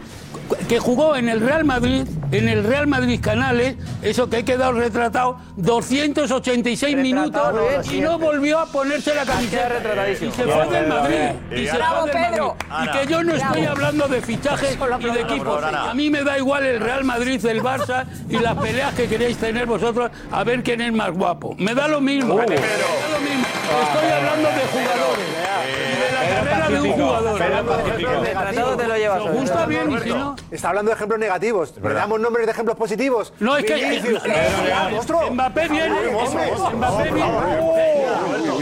Speaker 13: cu- que jugó en el Real Madrid, en el Real Madrid Canales, eso que he quedado retratado, 286 minutos ¿eh?
Speaker 15: no, lo
Speaker 13: y no volvió a ponerse la camiseta. Y se fue del Madrid. Y
Speaker 16: eh.
Speaker 13: se
Speaker 16: Bravo,
Speaker 13: fue del Madrid.
Speaker 16: Pedro.
Speaker 13: Y que yo no estoy hablando de fichajes y de equipos. A mí me da igual el Real Madrid, el Barça y las peleas que queréis tener vosotros a ver quién es más guapo. Me da lo
Speaker 12: Oh.
Speaker 13: mismo. Me da lo mismo. Estoy hablando de jugadores.
Speaker 12: Eh,
Speaker 13: De la carrera de un jugador. gusta bien y si no.
Speaker 12: Está hablando de ejemplos negativos. Le damos nombres de ejemplos positivos.
Speaker 13: No, es que-
Speaker 12: Vinicius,
Speaker 13: no, no,
Speaker 12: Ostro.
Speaker 13: Mbappé viene,
Speaker 12: Gómez.
Speaker 13: Mbappé viene.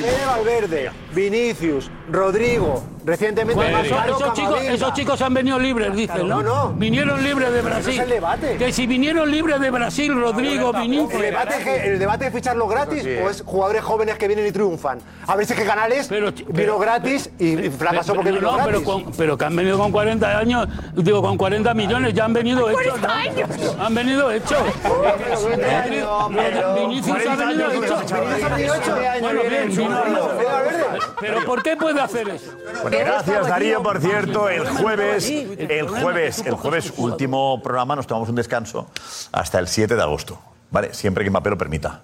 Speaker 12: Fede Valverde, Vinicius, Rodrigo, recientemente
Speaker 13: Bueno,
Speaker 12: pasó
Speaker 13: esos,
Speaker 12: algo
Speaker 13: esos chicos,
Speaker 12: Camavinga.
Speaker 13: esos chicos han venido libres, dicen,
Speaker 12: No,
Speaker 13: ¿no?
Speaker 12: no.
Speaker 13: Vinieron libres de
Speaker 12: Pero ese es
Speaker 13: Brasil.
Speaker 12: el debate.
Speaker 13: Que si vinieron libres de Brasil,
Speaker 2: Ah,
Speaker 13: Rodrigo, Vinicius.
Speaker 12: El debate, es que- el debate es ficharlo gratis o es jugadores jóvenes que vienen y triunfan. A ver si es que Canales vino
Speaker 13: pero-
Speaker 12: gratis y fracasó porque
Speaker 13: no,
Speaker 12: vino gratis.
Speaker 13: pero, con- pero que han venido con 40 años, digo, con 40 millones, ya han venido hechos. ¿no? Han venido hechos. Vinicius ha venido hechos. Bueno, bien, Vinicius. Pero ¿por qué puede hacer eso?
Speaker 2: Bueno, gracias Darío, por cierto, el jueves, el jueves, el jueves último programa, nos tomamos un descanso hasta el 7 de agosto, ¿vale? Siempre que Mbappé lo permita.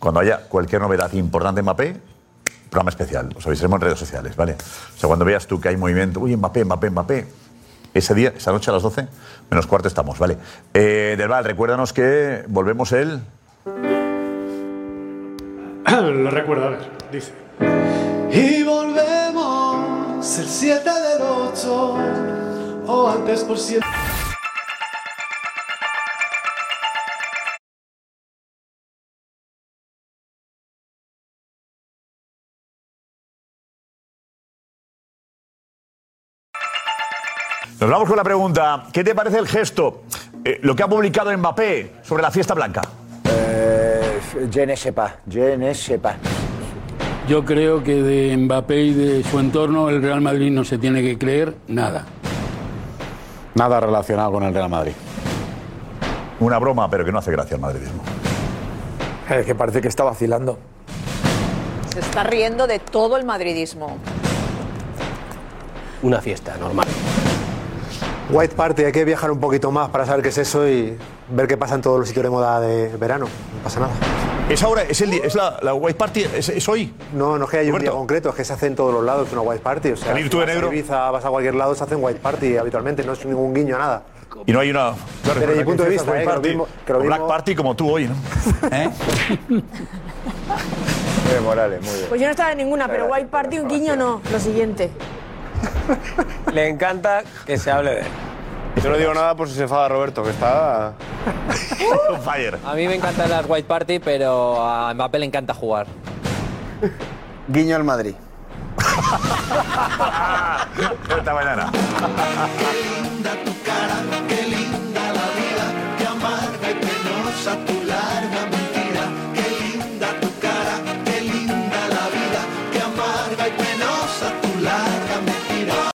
Speaker 2: Cuando haya cualquier novedad importante en Mbappé, programa especial, os avisaremos en redes sociales, ¿vale? O sea, cuando veas tú que hay movimiento, uy, Mbappé, Mbappé, Mbappé, ese día, esa noche a las 12, menos cuarto estamos, ¿vale? Eh, Del Val, recuérdanos que volvemos el...
Speaker 1: Lo recuerdo, a ver, dice.
Speaker 16: Y volvemos el 7 del 8 o antes por siempre.
Speaker 2: Nos vamos con la pregunta, ¿qué te parece el gesto, eh, lo que ha publicado Mbappé sobre la fiesta blanca?
Speaker 14: Eh, je ne sais pas, je ne sais pas.
Speaker 13: Yo creo que de Mbappé y de su entorno el Real Madrid no se tiene que creer nada.
Speaker 8: Nada relacionado con el Real Madrid.
Speaker 2: Una broma, pero que no hace gracia al madridismo.
Speaker 10: Es que parece que está vacilando.
Speaker 7: Se está riendo de todo el madridismo.
Speaker 6: Una fiesta normal.
Speaker 12: White Party, hay que viajar un poquito más para saber qué es eso y ver qué pasa en todos los sitios de moda de verano. No pasa nada.
Speaker 2: ¿Es ahora? ¿Es, el, es la, la White Party? ¿Es, es hoy?
Speaker 12: No, no es que haya un día concreto, es que se hace en todos los lados una White Party. O sea,
Speaker 2: Salir
Speaker 12: si
Speaker 2: tú de
Speaker 12: vas a
Speaker 2: negro.
Speaker 12: Ibiza, vas a cualquier lado, se hacen White Party habitualmente, no es ningún guiño a nada.
Speaker 2: Y no hay una.
Speaker 12: Desde mi
Speaker 2: ¿verdad?
Speaker 12: punto de
Speaker 2: Que
Speaker 12: vista,
Speaker 2: es
Speaker 12: eh, que lo mismo- que lo
Speaker 2: o Black
Speaker 12: mismo-
Speaker 2: Party como tú hoy, ¿no? ¿Eh?
Speaker 9: Morales, muy
Speaker 5: Pues yo no estaba en ninguna, pero White Party, un guiño no. Lo siguiente.
Speaker 9: Le encanta que se hable de él. Yo no digo nada por si se enfada Roberto, que está.
Speaker 13: ¡Uh!
Speaker 2: fire.
Speaker 4: A mí me encantan las white party, pero a Mbappé le encanta jugar.
Speaker 18: Guiño al Madrid.
Speaker 2: Esta mañana.